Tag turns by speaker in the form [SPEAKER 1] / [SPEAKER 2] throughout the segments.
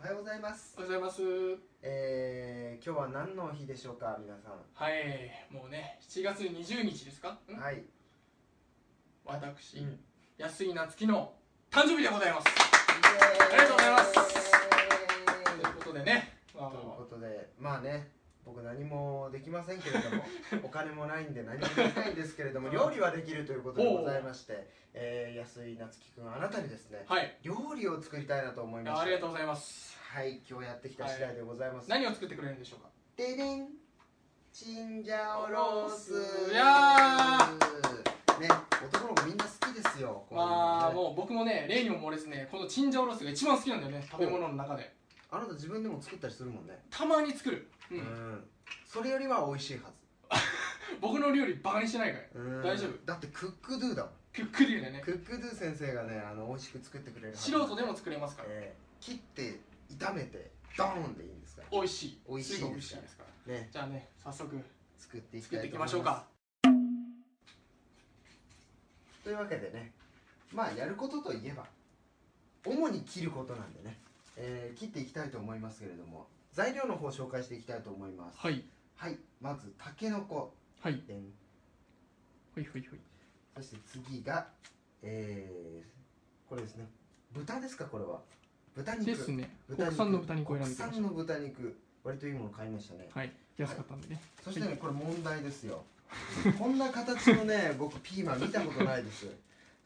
[SPEAKER 1] はようございます
[SPEAKER 2] お。はようございます
[SPEAKER 1] えー、今日は何の日でしょうか、皆さん。
[SPEAKER 2] はいもうね7月20日ですかん
[SPEAKER 1] はい。
[SPEAKER 2] 私、
[SPEAKER 1] うん
[SPEAKER 2] 安井夏樹の誕生日でございます
[SPEAKER 1] あ
[SPEAKER 2] りがとうございますということでねあ
[SPEAKER 1] というこ
[SPEAKER 2] の
[SPEAKER 1] とで、まあね、僕何もできませんけれど も、お金もないんで何もできないんですけれども、料理はできるということでございまして、えー、安井夏樹くん、あなたにですね、
[SPEAKER 2] はい
[SPEAKER 1] 料理を作りたいなと思いまし
[SPEAKER 2] あ
[SPEAKER 1] た。
[SPEAKER 2] ありがとうございます
[SPEAKER 1] はい、今日やってきた次第でございます。
[SPEAKER 2] 何を作ってくれるんでしょうか
[SPEAKER 1] デリンチンジャオロース
[SPEAKER 2] いや
[SPEAKER 1] ね男の子みんな好きですよこういうのね
[SPEAKER 2] まあもう僕もね例にも漏れずねこのチンジャオロースが一番好きなんだよね食べ物の中で
[SPEAKER 1] あなた自分でも作ったりするもんね
[SPEAKER 2] たまに作る、う
[SPEAKER 1] うんそれよりは美味しいはず
[SPEAKER 2] 僕の料理バカにしてないから
[SPEAKER 1] うん
[SPEAKER 2] 大丈夫
[SPEAKER 1] だってクックドゥだもん
[SPEAKER 2] クックリュウでね
[SPEAKER 1] クックドゥ先生がねあの美味しく作ってくれるはず
[SPEAKER 2] 素人でも作れますから
[SPEAKER 1] えー切って炒めてドーンでいいんですか
[SPEAKER 2] 美味しい
[SPEAKER 1] 美味しいです
[SPEAKER 2] すごく美味しいですから
[SPEAKER 1] らね
[SPEAKER 2] じゃあね早速
[SPEAKER 1] 作っていき
[SPEAKER 2] 作
[SPEAKER 1] たい
[SPEAKER 2] ってい
[SPEAKER 1] と
[SPEAKER 2] き
[SPEAKER 1] 思
[SPEAKER 2] ま
[SPEAKER 1] い
[SPEAKER 2] しょう
[SPEAKER 1] ま
[SPEAKER 2] か
[SPEAKER 1] すというわけでねまあやることといえば主に切ることなんでね、えー切っていきたいと思いますけれども材料の方紹介していきたいと思います
[SPEAKER 2] はい
[SPEAKER 1] はいまずたけのこ
[SPEAKER 2] はい
[SPEAKER 1] でん
[SPEAKER 2] ほいほいほい
[SPEAKER 1] そして次がえー、これですね豚ですかこれは豚肉
[SPEAKER 2] ですね
[SPEAKER 1] 豚
[SPEAKER 2] 国
[SPEAKER 1] 肉
[SPEAKER 2] 産の豚肉を選んできま
[SPEAKER 1] 国
[SPEAKER 2] し
[SPEAKER 1] 産の豚肉割といいもの買いましたね
[SPEAKER 2] たはい安かったんでね
[SPEAKER 1] そしてねこれ問題ですよこんな形のね 僕ピーマン見たことないです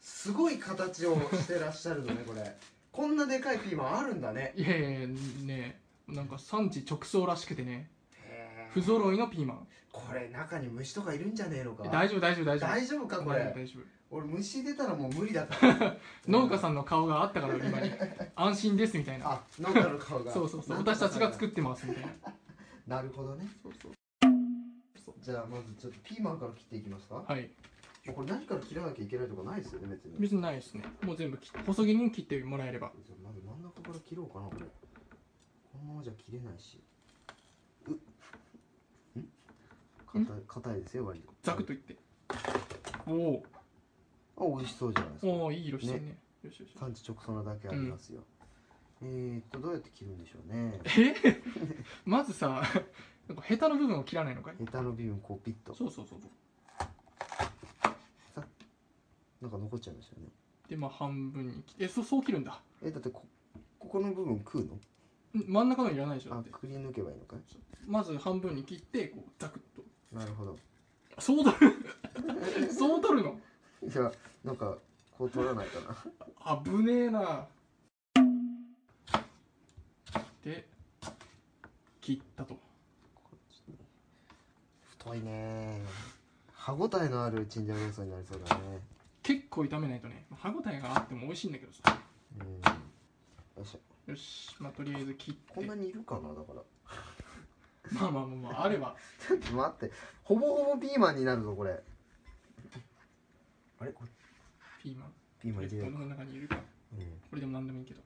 [SPEAKER 1] すごい形をしてらっしゃるのねこれこんなでかいピーマンあるんだね
[SPEAKER 2] いやいやいやねなんか産地直送らしくてね
[SPEAKER 1] へ
[SPEAKER 2] 不揃いのピーマン
[SPEAKER 1] これ中に虫とかいるんじゃねえのか
[SPEAKER 2] 大丈夫大丈夫大丈夫
[SPEAKER 1] 大丈夫かこ
[SPEAKER 2] 大丈夫
[SPEAKER 1] れ
[SPEAKER 2] 大丈夫
[SPEAKER 1] 俺虫出たらもう無理だから
[SPEAKER 2] 農家さんの顔があったから今に安心ですみたいな
[SPEAKER 1] あ農家の顔が
[SPEAKER 2] そうそうそう
[SPEAKER 1] なんとか
[SPEAKER 2] 私
[SPEAKER 1] さん
[SPEAKER 2] たちが作ってますみたいな
[SPEAKER 1] なるほどね
[SPEAKER 2] そうそう
[SPEAKER 1] じゃあまずちょっとピーマンから切っていきますか
[SPEAKER 2] はい
[SPEAKER 1] これ何から切らなきゃいけないとかないですよね別に
[SPEAKER 2] 別にないですねもう全部切っ細切りに切ってもらえれば
[SPEAKER 1] じゃあまず真ん中から切ろうかなこれこのままじゃ切れないしうん硬い硬いですよ割と
[SPEAKER 2] ザクッといっておお
[SPEAKER 1] あ美味しそうじゃないですか
[SPEAKER 2] おおいい色してるねよしよし
[SPEAKER 1] 産地直送なだけありますよ、えー、っとどうやって切るんでしょうね
[SPEAKER 2] え まずさなんかヘタの部分を切らないのかい
[SPEAKER 1] ヘタの部分こうピッと
[SPEAKER 2] そうそうそうそう
[SPEAKER 1] なんか残っちゃいましたよね
[SPEAKER 2] でまあ半分に切ってえそうそう切るんだ
[SPEAKER 1] えだってこここの部分食うの
[SPEAKER 2] ん真ん中のいらないでしょだ
[SPEAKER 1] あ
[SPEAKER 2] って
[SPEAKER 1] くり抜けばいいのかい
[SPEAKER 2] まず半分に切ってこうザクッと
[SPEAKER 1] なるほど
[SPEAKER 2] そう取る そう取るの
[SPEAKER 1] じゃあなんかこう取らないか な
[SPEAKER 2] 危ねえなで切ったと
[SPEAKER 1] 太いね歯ごたえのあるチンジャオロースになりそうだね
[SPEAKER 2] 結構炒めないとねまあ歯ごたえがあっても美味しいんだけどさ
[SPEAKER 1] うんよいしょ
[SPEAKER 2] よしまあとりあえず切っ
[SPEAKER 1] こん
[SPEAKER 2] て
[SPEAKER 1] なにいるかなだから
[SPEAKER 2] まあまあまあまああれば
[SPEAKER 1] ちょっと待ってほぼほぼピーマンになるぞこれあれこれ
[SPEAKER 2] ピーマン
[SPEAKER 1] ピーマン入れ
[SPEAKER 2] こ
[SPEAKER 1] ようか
[SPEAKER 2] の中にいるかこ
[SPEAKER 1] うん
[SPEAKER 2] れでも何でもいいけど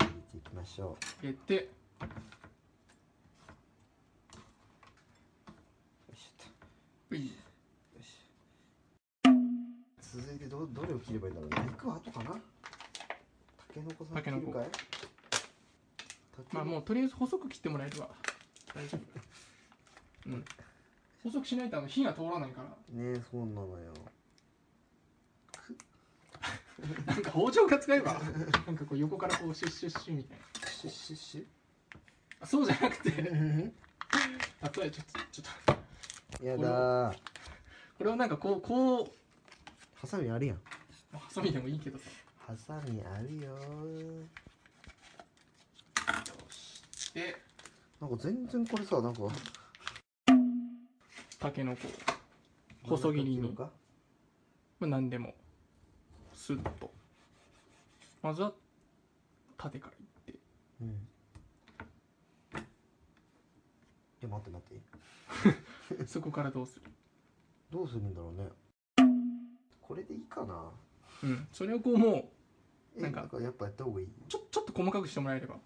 [SPEAKER 1] 入れていきましょう
[SPEAKER 2] 入れて
[SPEAKER 1] よいしょっ
[SPEAKER 2] うい
[SPEAKER 1] とよいしょ続いてどどれを切ればいいんだろうね肉は後かなたけのこさん
[SPEAKER 2] た
[SPEAKER 1] 切
[SPEAKER 2] けの
[SPEAKER 1] る
[SPEAKER 2] こ
[SPEAKER 1] かい
[SPEAKER 2] まあもうとりあえず細く切ってもらえれば大丈夫うん細くしないとあの火が通らないから
[SPEAKER 1] うねえそうなのよ
[SPEAKER 2] なんか包丁が使えばなんかこう横からこうシュッシュッシュみたいな
[SPEAKER 1] シュッシュッシ
[SPEAKER 2] あそうじゃなくて例え
[SPEAKER 1] ュ
[SPEAKER 2] ばちょっとちょっと
[SPEAKER 1] やだー
[SPEAKER 2] これをなんかこうこう
[SPEAKER 1] ハサミあるやん
[SPEAKER 2] まあハサミでもいいけどさ
[SPEAKER 1] ハサミあるよー
[SPEAKER 2] で
[SPEAKER 1] なんか全然これさなんか
[SPEAKER 2] たけのこ細切り
[SPEAKER 1] ど
[SPEAKER 2] に
[SPEAKER 1] んな時のか
[SPEAKER 2] まあ何でもスッとまずは縦からいって
[SPEAKER 1] うんいや待って待って
[SPEAKER 2] そこからどうする
[SPEAKER 1] どうするんだろうねこれでいいかな
[SPEAKER 2] うんそれをこうも
[SPEAKER 1] え
[SPEAKER 2] な
[SPEAKER 1] なんん
[SPEAKER 2] か
[SPEAKER 1] かやっぱやった方がいいう
[SPEAKER 2] ちょちょっと細かくしてもらえれば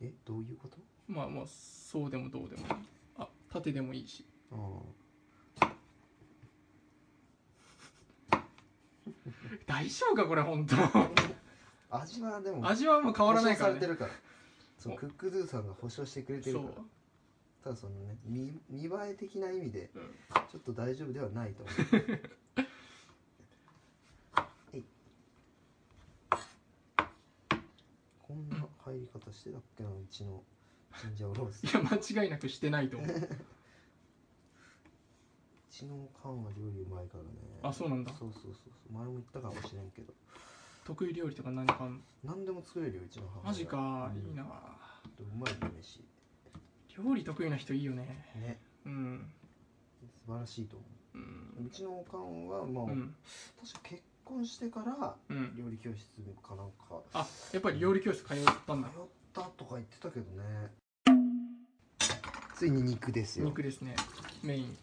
[SPEAKER 1] えどういうこと
[SPEAKER 2] まあまあそうでもどうでもあ縦でもいいし
[SPEAKER 1] あ
[SPEAKER 2] 大丈夫かこれ本当
[SPEAKER 1] あ味はでも
[SPEAKER 2] 味はもう変わらないから
[SPEAKER 1] 保証されて
[SPEAKER 2] ね
[SPEAKER 1] るからそうクックドゥさんが保証してくれて
[SPEAKER 2] そ
[SPEAKER 1] る
[SPEAKER 2] う
[SPEAKER 1] からただそのね見見栄え的な意味で
[SPEAKER 2] うん
[SPEAKER 1] ちょっと大丈夫ではないと思 うはいこんな入り方してたっけなうちのジンジャーロース
[SPEAKER 2] いや間違いなくしてないと思う
[SPEAKER 1] うちの缶は料理うまいからね
[SPEAKER 2] あそうなんだ
[SPEAKER 1] そうそうそうそう前も言ったかもしれんけど
[SPEAKER 2] 得意料理とか何かあんの
[SPEAKER 1] 何でも作れるようちの母親
[SPEAKER 2] マジか
[SPEAKER 1] うん
[SPEAKER 2] いいな
[SPEAKER 1] うまいよ飯
[SPEAKER 2] 料理得意な人いいよね
[SPEAKER 1] ね
[SPEAKER 2] うん
[SPEAKER 1] 素晴らしいと思
[SPEAKER 2] う
[SPEAKER 1] うんうちのおかんはまあ、
[SPEAKER 2] うん
[SPEAKER 1] 確か結婚してから
[SPEAKER 2] うん
[SPEAKER 1] 料理教室かなんか
[SPEAKER 2] あやっぱり料理教室通ったん
[SPEAKER 1] 通
[SPEAKER 2] だ
[SPEAKER 1] ったとか言ってたけどねついに肉ですよ肉
[SPEAKER 2] 肉ですねメイン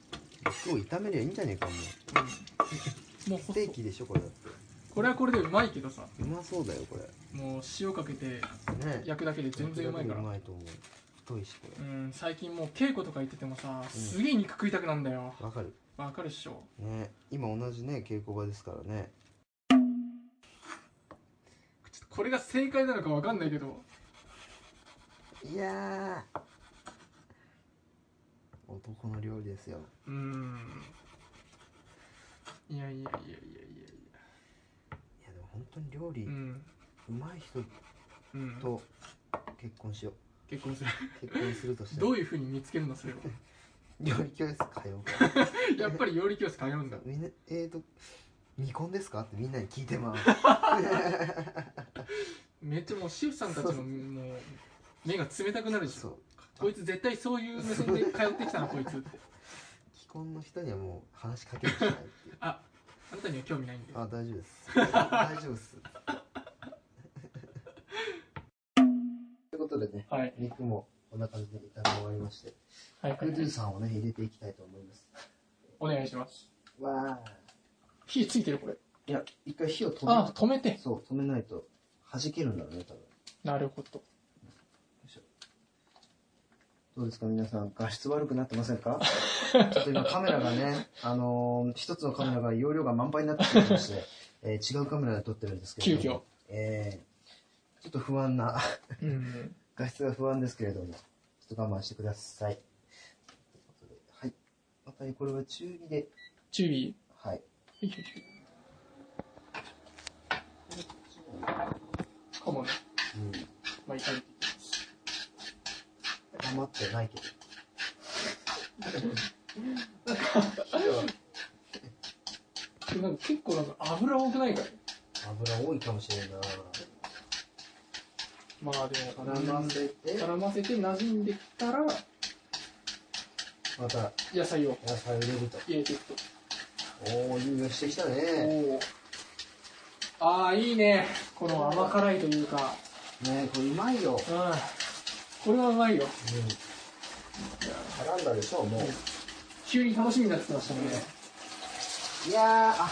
[SPEAKER 1] を炒めりゃいいんじゃねえかもう
[SPEAKER 2] うんもう
[SPEAKER 1] ス
[SPEAKER 2] 細
[SPEAKER 1] テーキでしょこれだって
[SPEAKER 2] これはこれでうまいけどさ
[SPEAKER 1] うまそうだよこれ
[SPEAKER 2] もう塩かけて
[SPEAKER 1] ね
[SPEAKER 2] 焼くだけで全然うまいから
[SPEAKER 1] うまいと思う太いしこ
[SPEAKER 2] うん最近もう稽古とか行っててもさすげえ肉食いたくなんだよ
[SPEAKER 1] れわかる
[SPEAKER 2] わかるっしょ
[SPEAKER 1] ね今同じね稽古場ですからね
[SPEAKER 2] ちょっとこれが正解なのかわかんないけど
[SPEAKER 1] いやー男の料理ですよ
[SPEAKER 2] うーんいやいやいやいやいや
[SPEAKER 1] いやでも本当に料理
[SPEAKER 2] いやうん
[SPEAKER 1] うまい人
[SPEAKER 2] うん
[SPEAKER 1] と結婚しよ
[SPEAKER 2] 結婚する
[SPEAKER 1] う結婚するとしたら
[SPEAKER 2] どういうふうに見つけるの それを
[SPEAKER 1] 料理教室通うから
[SPEAKER 2] やっぱり料理教室通うんだ
[SPEAKER 1] みんなえーと未婚ですかってみんなに聞いてます
[SPEAKER 2] めっちゃもうシェフさんたちの
[SPEAKER 1] そう
[SPEAKER 2] もう目が冷たくなるし
[SPEAKER 1] そう
[SPEAKER 2] こいつ絶対そういう目線で通ってき たなこいつって
[SPEAKER 1] 既婚の人にはもう話しかけるしかないっていう
[SPEAKER 2] ああなたには興味ないんで
[SPEAKER 1] あ大丈夫です 大丈夫です ということでね
[SPEAKER 2] はい
[SPEAKER 1] 肉もこんな感じで炒め終わりまして
[SPEAKER 2] はいは
[SPEAKER 1] ク
[SPEAKER 2] い
[SPEAKER 1] ル
[SPEAKER 2] は
[SPEAKER 1] ドゥ
[SPEAKER 2] い
[SPEAKER 1] さんをね入れていきたいと思います
[SPEAKER 2] お願いします
[SPEAKER 1] わあ
[SPEAKER 2] 火ついてるこれ
[SPEAKER 1] いや一回火を止め
[SPEAKER 2] あ止めて
[SPEAKER 1] そう止めないと弾けるんだろうね多分
[SPEAKER 2] なるほど
[SPEAKER 1] どうですか皆さん画質悪くなってませんかちょっと今カメラがね、あのー一つのカメラが容量が満杯になってしまいまして、えー違うカメラで撮ってるんですけれ
[SPEAKER 2] 急
[SPEAKER 1] ども
[SPEAKER 2] 遽
[SPEAKER 1] えーちょっと不安な
[SPEAKER 2] うん
[SPEAKER 1] 画質が不安ですけれどもちょっと我慢してくださいはいまたこれは中火で
[SPEAKER 2] 注意
[SPEAKER 1] はい
[SPEAKER 2] いいよいいよかもね
[SPEAKER 1] うん
[SPEAKER 2] まあいいかね
[SPEAKER 1] 頑張ってないけど
[SPEAKER 2] でもなんか結構なんか油多くないから
[SPEAKER 1] 油多いかもしれんな
[SPEAKER 2] まあでも
[SPEAKER 1] 絡ませて
[SPEAKER 2] 絡ませて馴染んできたら
[SPEAKER 1] また
[SPEAKER 2] 野菜を
[SPEAKER 1] 野菜を入れると
[SPEAKER 2] 入れていくと
[SPEAKER 1] おおいい匂いしてきた
[SPEAKER 2] お
[SPEAKER 1] ね
[SPEAKER 2] おああいいねこの甘辛いというか
[SPEAKER 1] ねこれうまいよ
[SPEAKER 2] うんこれはうまいよ
[SPEAKER 1] うん、絡んだでしょもう
[SPEAKER 2] 急に楽しみになってきましたね
[SPEAKER 1] いやーあ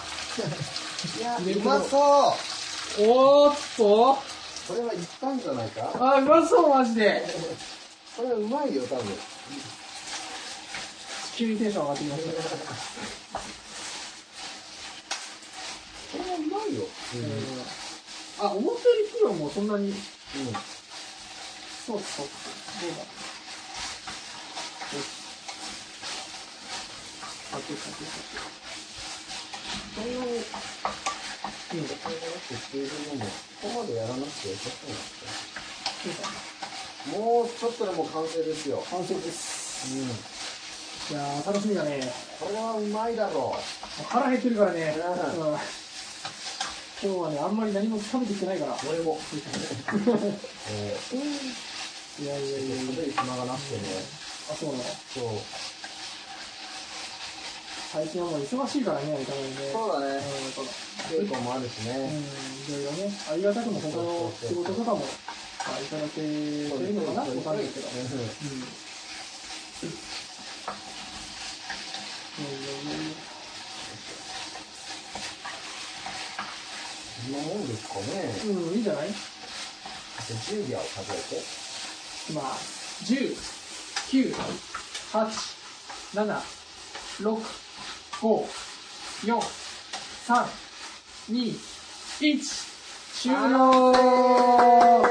[SPEAKER 1] いや
[SPEAKER 2] 入
[SPEAKER 1] ー
[SPEAKER 2] れる
[SPEAKER 1] う
[SPEAKER 2] とこ
[SPEAKER 1] まそう
[SPEAKER 2] おーっと
[SPEAKER 1] これは一般じゃないか
[SPEAKER 2] あーうまそうマジで
[SPEAKER 1] これはうまいよ多分
[SPEAKER 2] 急にテンション上がってきました
[SPEAKER 1] これはうまいよう
[SPEAKER 2] うんあ思ったより費用もそんなに
[SPEAKER 1] ん、うん
[SPEAKER 2] そうそうどうだよしあけたけ
[SPEAKER 1] そんなに
[SPEAKER 2] たいいんだ
[SPEAKER 1] これがなくてしているものここまでやらなくてよさそうなんです
[SPEAKER 2] そう
[SPEAKER 1] ね
[SPEAKER 2] だ
[SPEAKER 1] もうちょっとでもう完成ですよ
[SPEAKER 2] 完成です
[SPEAKER 1] うん
[SPEAKER 2] いやー楽しみだね
[SPEAKER 1] これはうまいだろ
[SPEAKER 2] 腹減ってるからね、
[SPEAKER 1] う
[SPEAKER 2] うん今日はねあんまり何も食べてきてないから
[SPEAKER 1] う俺もえー、
[SPEAKER 2] いやいやいやい
[SPEAKER 1] 食
[SPEAKER 2] や
[SPEAKER 1] べる暇がなくてね
[SPEAKER 2] あそうなの
[SPEAKER 1] そう
[SPEAKER 2] 最近はもう忙しいからねいかないね
[SPEAKER 1] そうだ
[SPEAKER 2] う
[SPEAKER 1] ね
[SPEAKER 2] んそうだ
[SPEAKER 1] 稽古もあるし
[SPEAKER 2] うん
[SPEAKER 1] ね、
[SPEAKER 2] いろいろねありがたくも他の仕事とかもまあいただけてるのかなわかん
[SPEAKER 1] うん
[SPEAKER 2] ないけどうんいやいやいや
[SPEAKER 1] そんなもんですかね。
[SPEAKER 2] うんいいんじゃない
[SPEAKER 1] じゃあ10秒数えて。
[SPEAKER 2] 今10、9、8、7、6、5、4、3、2、1、収納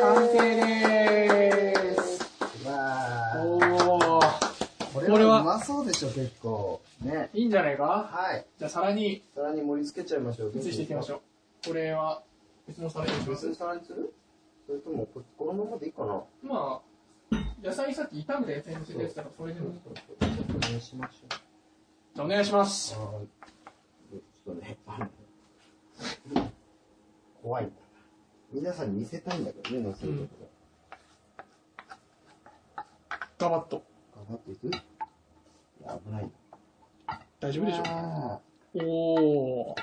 [SPEAKER 2] 完成です
[SPEAKER 3] わ
[SPEAKER 2] お
[SPEAKER 3] ーこ
[SPEAKER 2] おこ
[SPEAKER 3] れ
[SPEAKER 2] れ
[SPEAKER 3] は
[SPEAKER 2] は
[SPEAKER 3] うまそうでしょ結構ね
[SPEAKER 2] いいんじゃないか
[SPEAKER 3] はい
[SPEAKER 2] じゃあ皿に
[SPEAKER 3] 皿に盛り付けちゃいましょう
[SPEAKER 2] 移していきましょうこれは別の皿にしま
[SPEAKER 3] 別
[SPEAKER 2] す
[SPEAKER 3] に皿にするそれともここのままでいいかな
[SPEAKER 2] まあ野菜さっき炒めたやつに乗せてやってたからそれで
[SPEAKER 3] そう
[SPEAKER 2] も
[SPEAKER 3] そうそうこれにしましょう
[SPEAKER 2] じゃあお願いします
[SPEAKER 3] あーちょっとね、あの怖いんだな。皆さんに見せたいんだけどね、乗せるとこ
[SPEAKER 2] ガバッと
[SPEAKER 3] ろ。頑張っていくいや危ない。
[SPEAKER 2] 大丈夫でしょ
[SPEAKER 3] あ
[SPEAKER 2] うおお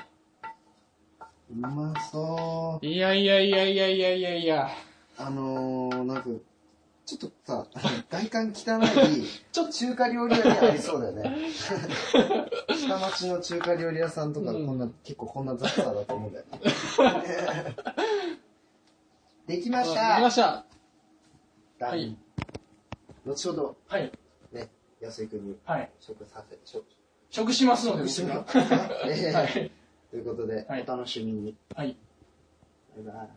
[SPEAKER 3] ーうまそ
[SPEAKER 2] いやいやいやいやいやいやいや
[SPEAKER 3] う。あのー、なんか、ちょっとさ、外観汚い、ちょっと中華料理屋にありそうだよね。下町の中華料理屋さんとか、こんな、結構こんな雑さだと思うんだよね。できまし
[SPEAKER 2] あでき
[SPEAKER 3] た
[SPEAKER 2] ましたはい
[SPEAKER 3] 後ほど、
[SPEAKER 2] はい
[SPEAKER 3] ね、安井君に
[SPEAKER 2] はい
[SPEAKER 3] 食させ、食、
[SPEAKER 2] 食しますので
[SPEAKER 3] して
[SPEAKER 2] 僕
[SPEAKER 3] もら
[SPEAKER 2] が
[SPEAKER 3] おうかなええ
[SPEAKER 2] はい
[SPEAKER 3] ということで、
[SPEAKER 2] はい
[SPEAKER 3] お楽しみに。
[SPEAKER 2] はい
[SPEAKER 3] バイバイ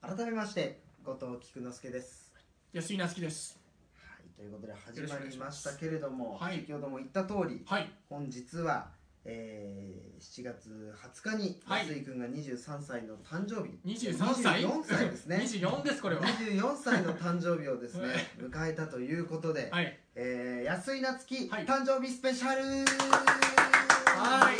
[SPEAKER 1] 改めまして後藤菊之助です、
[SPEAKER 2] 安井なつきです
[SPEAKER 1] はい、ということで始
[SPEAKER 2] よろしくお
[SPEAKER 1] ま
[SPEAKER 2] 願い
[SPEAKER 1] り
[SPEAKER 2] し
[SPEAKER 1] ま
[SPEAKER 2] ます
[SPEAKER 1] したけれども、
[SPEAKER 2] はい
[SPEAKER 1] 先ほども言った通り
[SPEAKER 2] はい
[SPEAKER 1] 本日は、えー、7月20日に
[SPEAKER 2] はい
[SPEAKER 1] 安井君が23歳の誕生日
[SPEAKER 2] 23歳
[SPEAKER 1] 24歳ですね
[SPEAKER 2] 24ですこれは
[SPEAKER 1] 24歳の誕生日をですね
[SPEAKER 2] は
[SPEAKER 1] 迎
[SPEAKER 2] い
[SPEAKER 1] えたということで、
[SPEAKER 2] はい
[SPEAKER 1] えー、安井夏樹、
[SPEAKER 2] はい
[SPEAKER 1] 誕生日スペシャル
[SPEAKER 2] はい
[SPEAKER 1] イ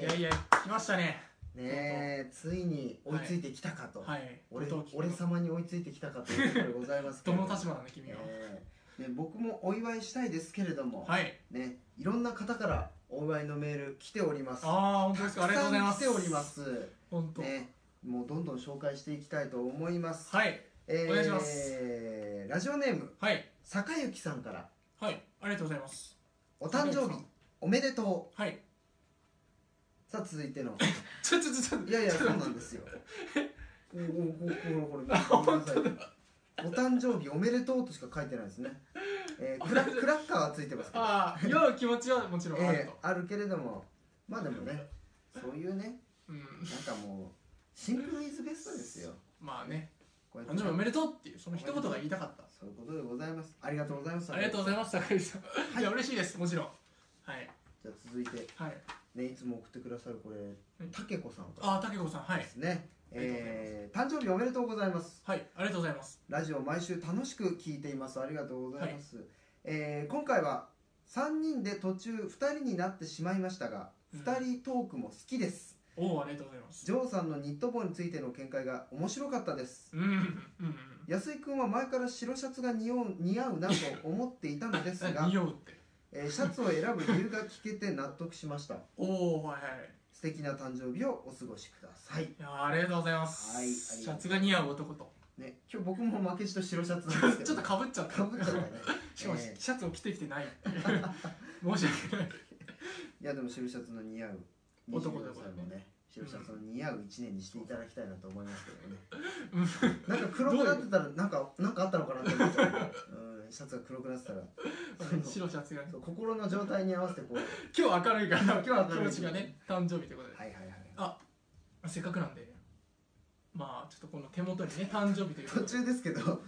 [SPEAKER 1] エーイ
[SPEAKER 2] いやいや来ましたね
[SPEAKER 1] ねえついに追いついてきたかと、
[SPEAKER 2] はい
[SPEAKER 1] 俺
[SPEAKER 2] 後藤君
[SPEAKER 1] 俺様に追いついてきたかというところでございますけ
[SPEAKER 2] ど
[SPEAKER 1] れど
[SPEAKER 2] の立場なんだ君は
[SPEAKER 1] えーね、僕もお祝いしたいですけれども、
[SPEAKER 2] はい
[SPEAKER 1] ね、いろんな方からお祝いのメール来ております
[SPEAKER 2] ああ本当ですかありがとうございま
[SPEAKER 1] た
[SPEAKER 2] す
[SPEAKER 1] くさん来ております、
[SPEAKER 2] 本当
[SPEAKER 1] ね、もうどんどん紹介していきたいと思います、
[SPEAKER 2] はい
[SPEAKER 1] えー
[SPEAKER 2] お願いします
[SPEAKER 1] ラジオネーム
[SPEAKER 2] はい
[SPEAKER 1] 坂幸さんから
[SPEAKER 2] はいありがとうございます
[SPEAKER 1] お誕生日おめでと
[SPEAKER 2] はい。
[SPEAKER 1] うさあ続いての
[SPEAKER 2] ちょちょちょちょ。。
[SPEAKER 1] いやいやそうなんですす よおおおこれこれごめんなさいお誕生日おめでとうとしか書いてないですね、えークラクラッカーはついてますけど
[SPEAKER 2] ああ、祝う気持ちはもちろんある
[SPEAKER 1] え
[SPEAKER 2] と。
[SPEAKER 1] ーあるけれどもまあでもねそういうね
[SPEAKER 2] うん。
[SPEAKER 1] なんかもうシンプルイズベストですよ
[SPEAKER 2] まあね、
[SPEAKER 1] こうやって
[SPEAKER 2] 誕生日おめでとうっていうその一言が言いたかっ
[SPEAKER 1] そういうことでございますありがとうございます
[SPEAKER 2] た。ありがとうございます、高橋さ
[SPEAKER 1] はい
[SPEAKER 2] ん。いや嬉しいです、もちろん。はい
[SPEAKER 1] じゃあ続いて
[SPEAKER 2] はい。
[SPEAKER 1] ねいつも送ってくださるこれたけこさんから
[SPEAKER 2] ああ、竹子さん、は
[SPEAKER 1] で
[SPEAKER 2] い
[SPEAKER 1] すね、
[SPEAKER 2] ありがとうございます
[SPEAKER 1] えー誕生日おめでとうございます
[SPEAKER 2] はい、ありがとうございます。
[SPEAKER 1] ラジオ毎週楽しく聞いていますありがとうございます、えー今回は3人で途中2人になってしまいましたが
[SPEAKER 2] うん
[SPEAKER 1] 2人トークも好きです、
[SPEAKER 2] おお、ありがとうございます。
[SPEAKER 1] ジョーさんのニット帽についての見解が面白かったです
[SPEAKER 2] うんうんうん
[SPEAKER 1] 安井くんは前から白シャツが似合う似合うなと思っていたのです
[SPEAKER 2] うん。
[SPEAKER 1] が、
[SPEAKER 2] 匂うって。
[SPEAKER 1] えーシャツを選ぶ理由が聞けて納得しました
[SPEAKER 2] おお、はいはい。
[SPEAKER 1] 素敵な誕生日をお過ごしください、
[SPEAKER 2] いやーありがとうございます。
[SPEAKER 1] はいありがとう
[SPEAKER 2] シャツが似合う男と。
[SPEAKER 1] ね、今日僕も負けじと白シャツなんですけ
[SPEAKER 2] ちょ
[SPEAKER 1] ど
[SPEAKER 2] っとかぶっちゃった。
[SPEAKER 1] か ぶっちゃったね
[SPEAKER 2] しかも
[SPEAKER 1] えー
[SPEAKER 2] シャツを着てきて ない。申し訳ない。
[SPEAKER 1] いやでも白シャツの似合う
[SPEAKER 2] 男だ
[SPEAKER 1] 25
[SPEAKER 2] から
[SPEAKER 1] 歳
[SPEAKER 2] ね
[SPEAKER 1] もね白シャツの似合う一年にしていただきたいなと思いますけ
[SPEAKER 2] う
[SPEAKER 1] どね、なんか黒くなってたらなんかなんかあったのかなと思っちゃう、うん、シャツが黒くなって たら
[SPEAKER 2] 白シャツが。
[SPEAKER 1] そう心の状態に合わせてこうは
[SPEAKER 2] 今日明るいから
[SPEAKER 1] 今日は明るい
[SPEAKER 2] 気持ちがね誕生日ということで、
[SPEAKER 1] いはいはい
[SPEAKER 2] せっかくなんでまあちょっとこの手元にね誕生日という
[SPEAKER 1] 途
[SPEAKER 2] ことで
[SPEAKER 1] 中ですけど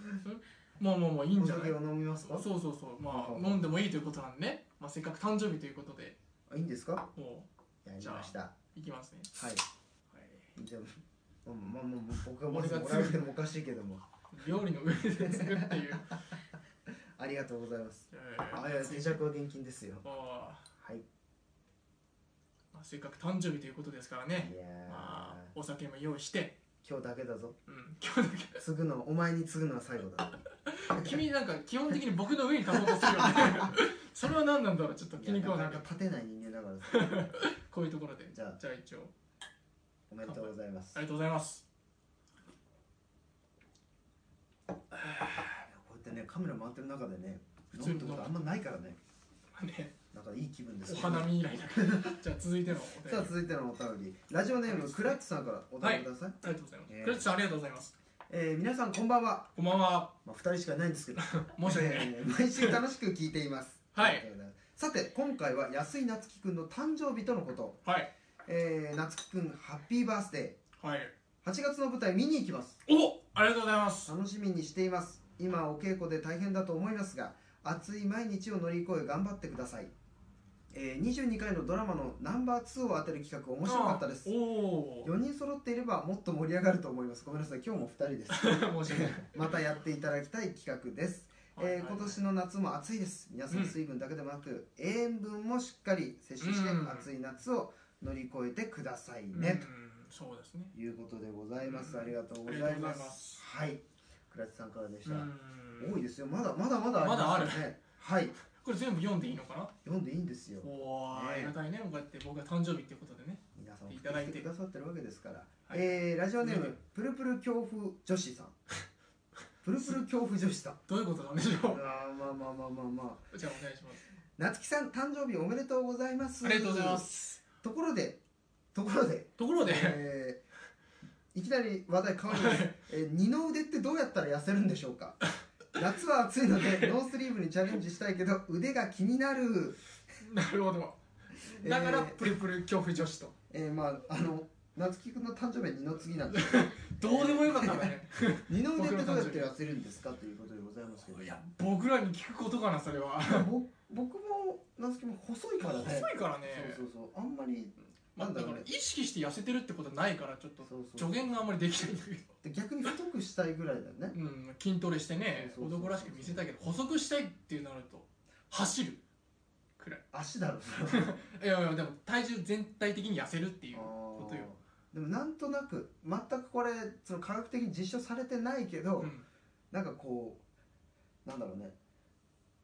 [SPEAKER 2] もうもうもういいん
[SPEAKER 1] お
[SPEAKER 2] じゃない
[SPEAKER 1] 酒を飲みますか
[SPEAKER 2] そうそうそうま
[SPEAKER 1] あ
[SPEAKER 2] あ飲んでもいいということなんでね、まあ、せっかく誕生日ということで
[SPEAKER 1] あいいんですか
[SPEAKER 2] も
[SPEAKER 1] やりましたは
[SPEAKER 2] ういきますね
[SPEAKER 1] い
[SPEAKER 2] はい
[SPEAKER 1] じゃあまあまあまあ僕がまずもらえてもおかしいけども
[SPEAKER 2] 料理の上で作っていう、
[SPEAKER 1] ありがとうございます
[SPEAKER 2] え
[SPEAKER 1] あいや定着は現金ですよ
[SPEAKER 2] まあ
[SPEAKER 1] はいい
[SPEAKER 2] まあせっかく誕生日ということですからね
[SPEAKER 1] や
[SPEAKER 2] まあお酒も用意して、
[SPEAKER 1] ー今日だけだぞ
[SPEAKER 2] うん、今日だけ
[SPEAKER 1] 継ぐのお前に継ぐのは最後だ
[SPEAKER 2] 君なんか基本的に僕の上に立とうとする よねそれは何なんだろうちょっと気に食わなか
[SPEAKER 1] か
[SPEAKER 2] った
[SPEAKER 1] 立てない人間だからさ
[SPEAKER 2] こういうところで
[SPEAKER 1] じゃあ
[SPEAKER 2] じゃあ一応
[SPEAKER 1] おめでとうございます
[SPEAKER 2] ありがとうございます
[SPEAKER 1] こうやってねカメラ回ってる中でね
[SPEAKER 2] 普
[SPEAKER 1] 飲
[SPEAKER 2] 通
[SPEAKER 1] む
[SPEAKER 2] に
[SPEAKER 1] ってことあんまないからね
[SPEAKER 2] ね
[SPEAKER 1] なんかいい気分です
[SPEAKER 2] お花見以来だからじゃあ続いてのお
[SPEAKER 1] さ
[SPEAKER 2] 便
[SPEAKER 1] あ
[SPEAKER 2] り
[SPEAKER 1] 続いてのお便りラジオネームクラッチさんからお便りください、
[SPEAKER 2] ありがとうございます
[SPEAKER 1] えー
[SPEAKER 2] クレッチさんありがとうございます
[SPEAKER 1] えー皆さんこんばんは、
[SPEAKER 2] こんばんは
[SPEAKER 1] まあ、2人しかいないんですけど
[SPEAKER 2] 申し訳ない
[SPEAKER 1] えー毎週楽しく聞いています
[SPEAKER 2] は
[SPEAKER 1] あ
[SPEAKER 2] い
[SPEAKER 1] りがとうござますさて今回は安井夏樹くんの誕生日とのこと
[SPEAKER 2] はい
[SPEAKER 1] えー、夏樹くんハッピーバースデ
[SPEAKER 2] はい。
[SPEAKER 1] ー8月の舞台見に行きます
[SPEAKER 2] おありがとうございます。
[SPEAKER 1] 楽しみにしています今お稽古で大変だと思いますが暑い毎日を乗り越え頑張ってください、えー、22回のドラマのナンバー2を当てる企画面白かったです
[SPEAKER 2] あーお
[SPEAKER 1] 4人揃っていればもっと盛り上がると思いますごめんなさい今日も2人です
[SPEAKER 2] お。申し訳ない。
[SPEAKER 1] またやっていただきたい企画です、えー今年の夏も暑いです皆さん水分だけでもなく、塩分もしっかり摂取して
[SPEAKER 2] うん
[SPEAKER 1] 暑い夏を乗り越えてください
[SPEAKER 2] ね
[SPEAKER 1] ね、。
[SPEAKER 2] うんそうですね。
[SPEAKER 1] ということでございます、
[SPEAKER 2] うん
[SPEAKER 1] ありがとうござい
[SPEAKER 2] ありが
[SPEAKER 1] ま
[SPEAKER 2] とう
[SPEAKER 1] す
[SPEAKER 2] ございます
[SPEAKER 1] はい倉地さんからでし
[SPEAKER 2] う
[SPEAKER 1] た、
[SPEAKER 2] ん
[SPEAKER 1] 多いですよまだまだまだ
[SPEAKER 2] まだある
[SPEAKER 1] ますよねはい
[SPEAKER 2] これ全部読んでいいのかな
[SPEAKER 1] 読んでいいんですよ
[SPEAKER 2] おー、
[SPEAKER 1] ね
[SPEAKER 2] ありがたいね。こうやって僕が誕生日っていうことでね。
[SPEAKER 1] 皆さん
[SPEAKER 2] い
[SPEAKER 1] 送
[SPEAKER 2] ただ
[SPEAKER 1] っ
[SPEAKER 2] い
[SPEAKER 1] て
[SPEAKER 2] て
[SPEAKER 1] きてくださってるわけですから、
[SPEAKER 2] はい
[SPEAKER 1] えーラジオネーム、
[SPEAKER 2] ね
[SPEAKER 1] プルプル恐怖女子さんプルプル恐怖女 子さん
[SPEAKER 2] どういうことなんでし
[SPEAKER 1] あ
[SPEAKER 2] ょ
[SPEAKER 1] ーまあまあまあまあまあ
[SPEAKER 2] うじゃあお願いします。
[SPEAKER 1] 夏希さん誕生日おめでとうございます
[SPEAKER 2] ありがとうございます。
[SPEAKER 1] ところでところ で、
[SPEAKER 2] ところで、
[SPEAKER 1] えーいきなり話題変わり ます、えー二の腕ってどうやったら痩せるんでしょうか夏は暑いのでノースリーブにチャレンジしたいけど腕が気になる、
[SPEAKER 2] なるほど。
[SPEAKER 1] えー
[SPEAKER 2] だから、プルプル恐怖女子と。
[SPEAKER 1] えーまああの夏希くんの誕生日は二の次なんですけど
[SPEAKER 2] どうでもよかったね。
[SPEAKER 1] 二の腕ってどうやって痩せるんですかということでございますけど
[SPEAKER 2] いや、僕らに聞くことかな、それは。
[SPEAKER 1] ぼ僕も夏希も細いからね
[SPEAKER 2] 細いからね。
[SPEAKER 1] そうそうそうあんまり
[SPEAKER 2] まあ、
[SPEAKER 1] なんだ
[SPEAKER 2] だ
[SPEAKER 1] ろ
[SPEAKER 2] か
[SPEAKER 1] うね
[SPEAKER 2] ら意識して痩せてるってことはないからちょっと
[SPEAKER 1] そうそう
[SPEAKER 2] 助言があんまりで きないんだけど、
[SPEAKER 1] で逆に太くしたいぐらいだよね
[SPEAKER 2] うん、筋トレしてね
[SPEAKER 1] そうそうそう
[SPEAKER 2] 男らしく見せたいけど細くしたいってなると走るくらい
[SPEAKER 1] 足だろ
[SPEAKER 2] いやいやでも体重全体的に痩せるっていうこ
[SPEAKER 1] こと
[SPEAKER 2] よ、
[SPEAKER 1] でもなんとなく全くこれその科学的に実証されてないけど、
[SPEAKER 2] うん、
[SPEAKER 1] なんかこうなんだろうね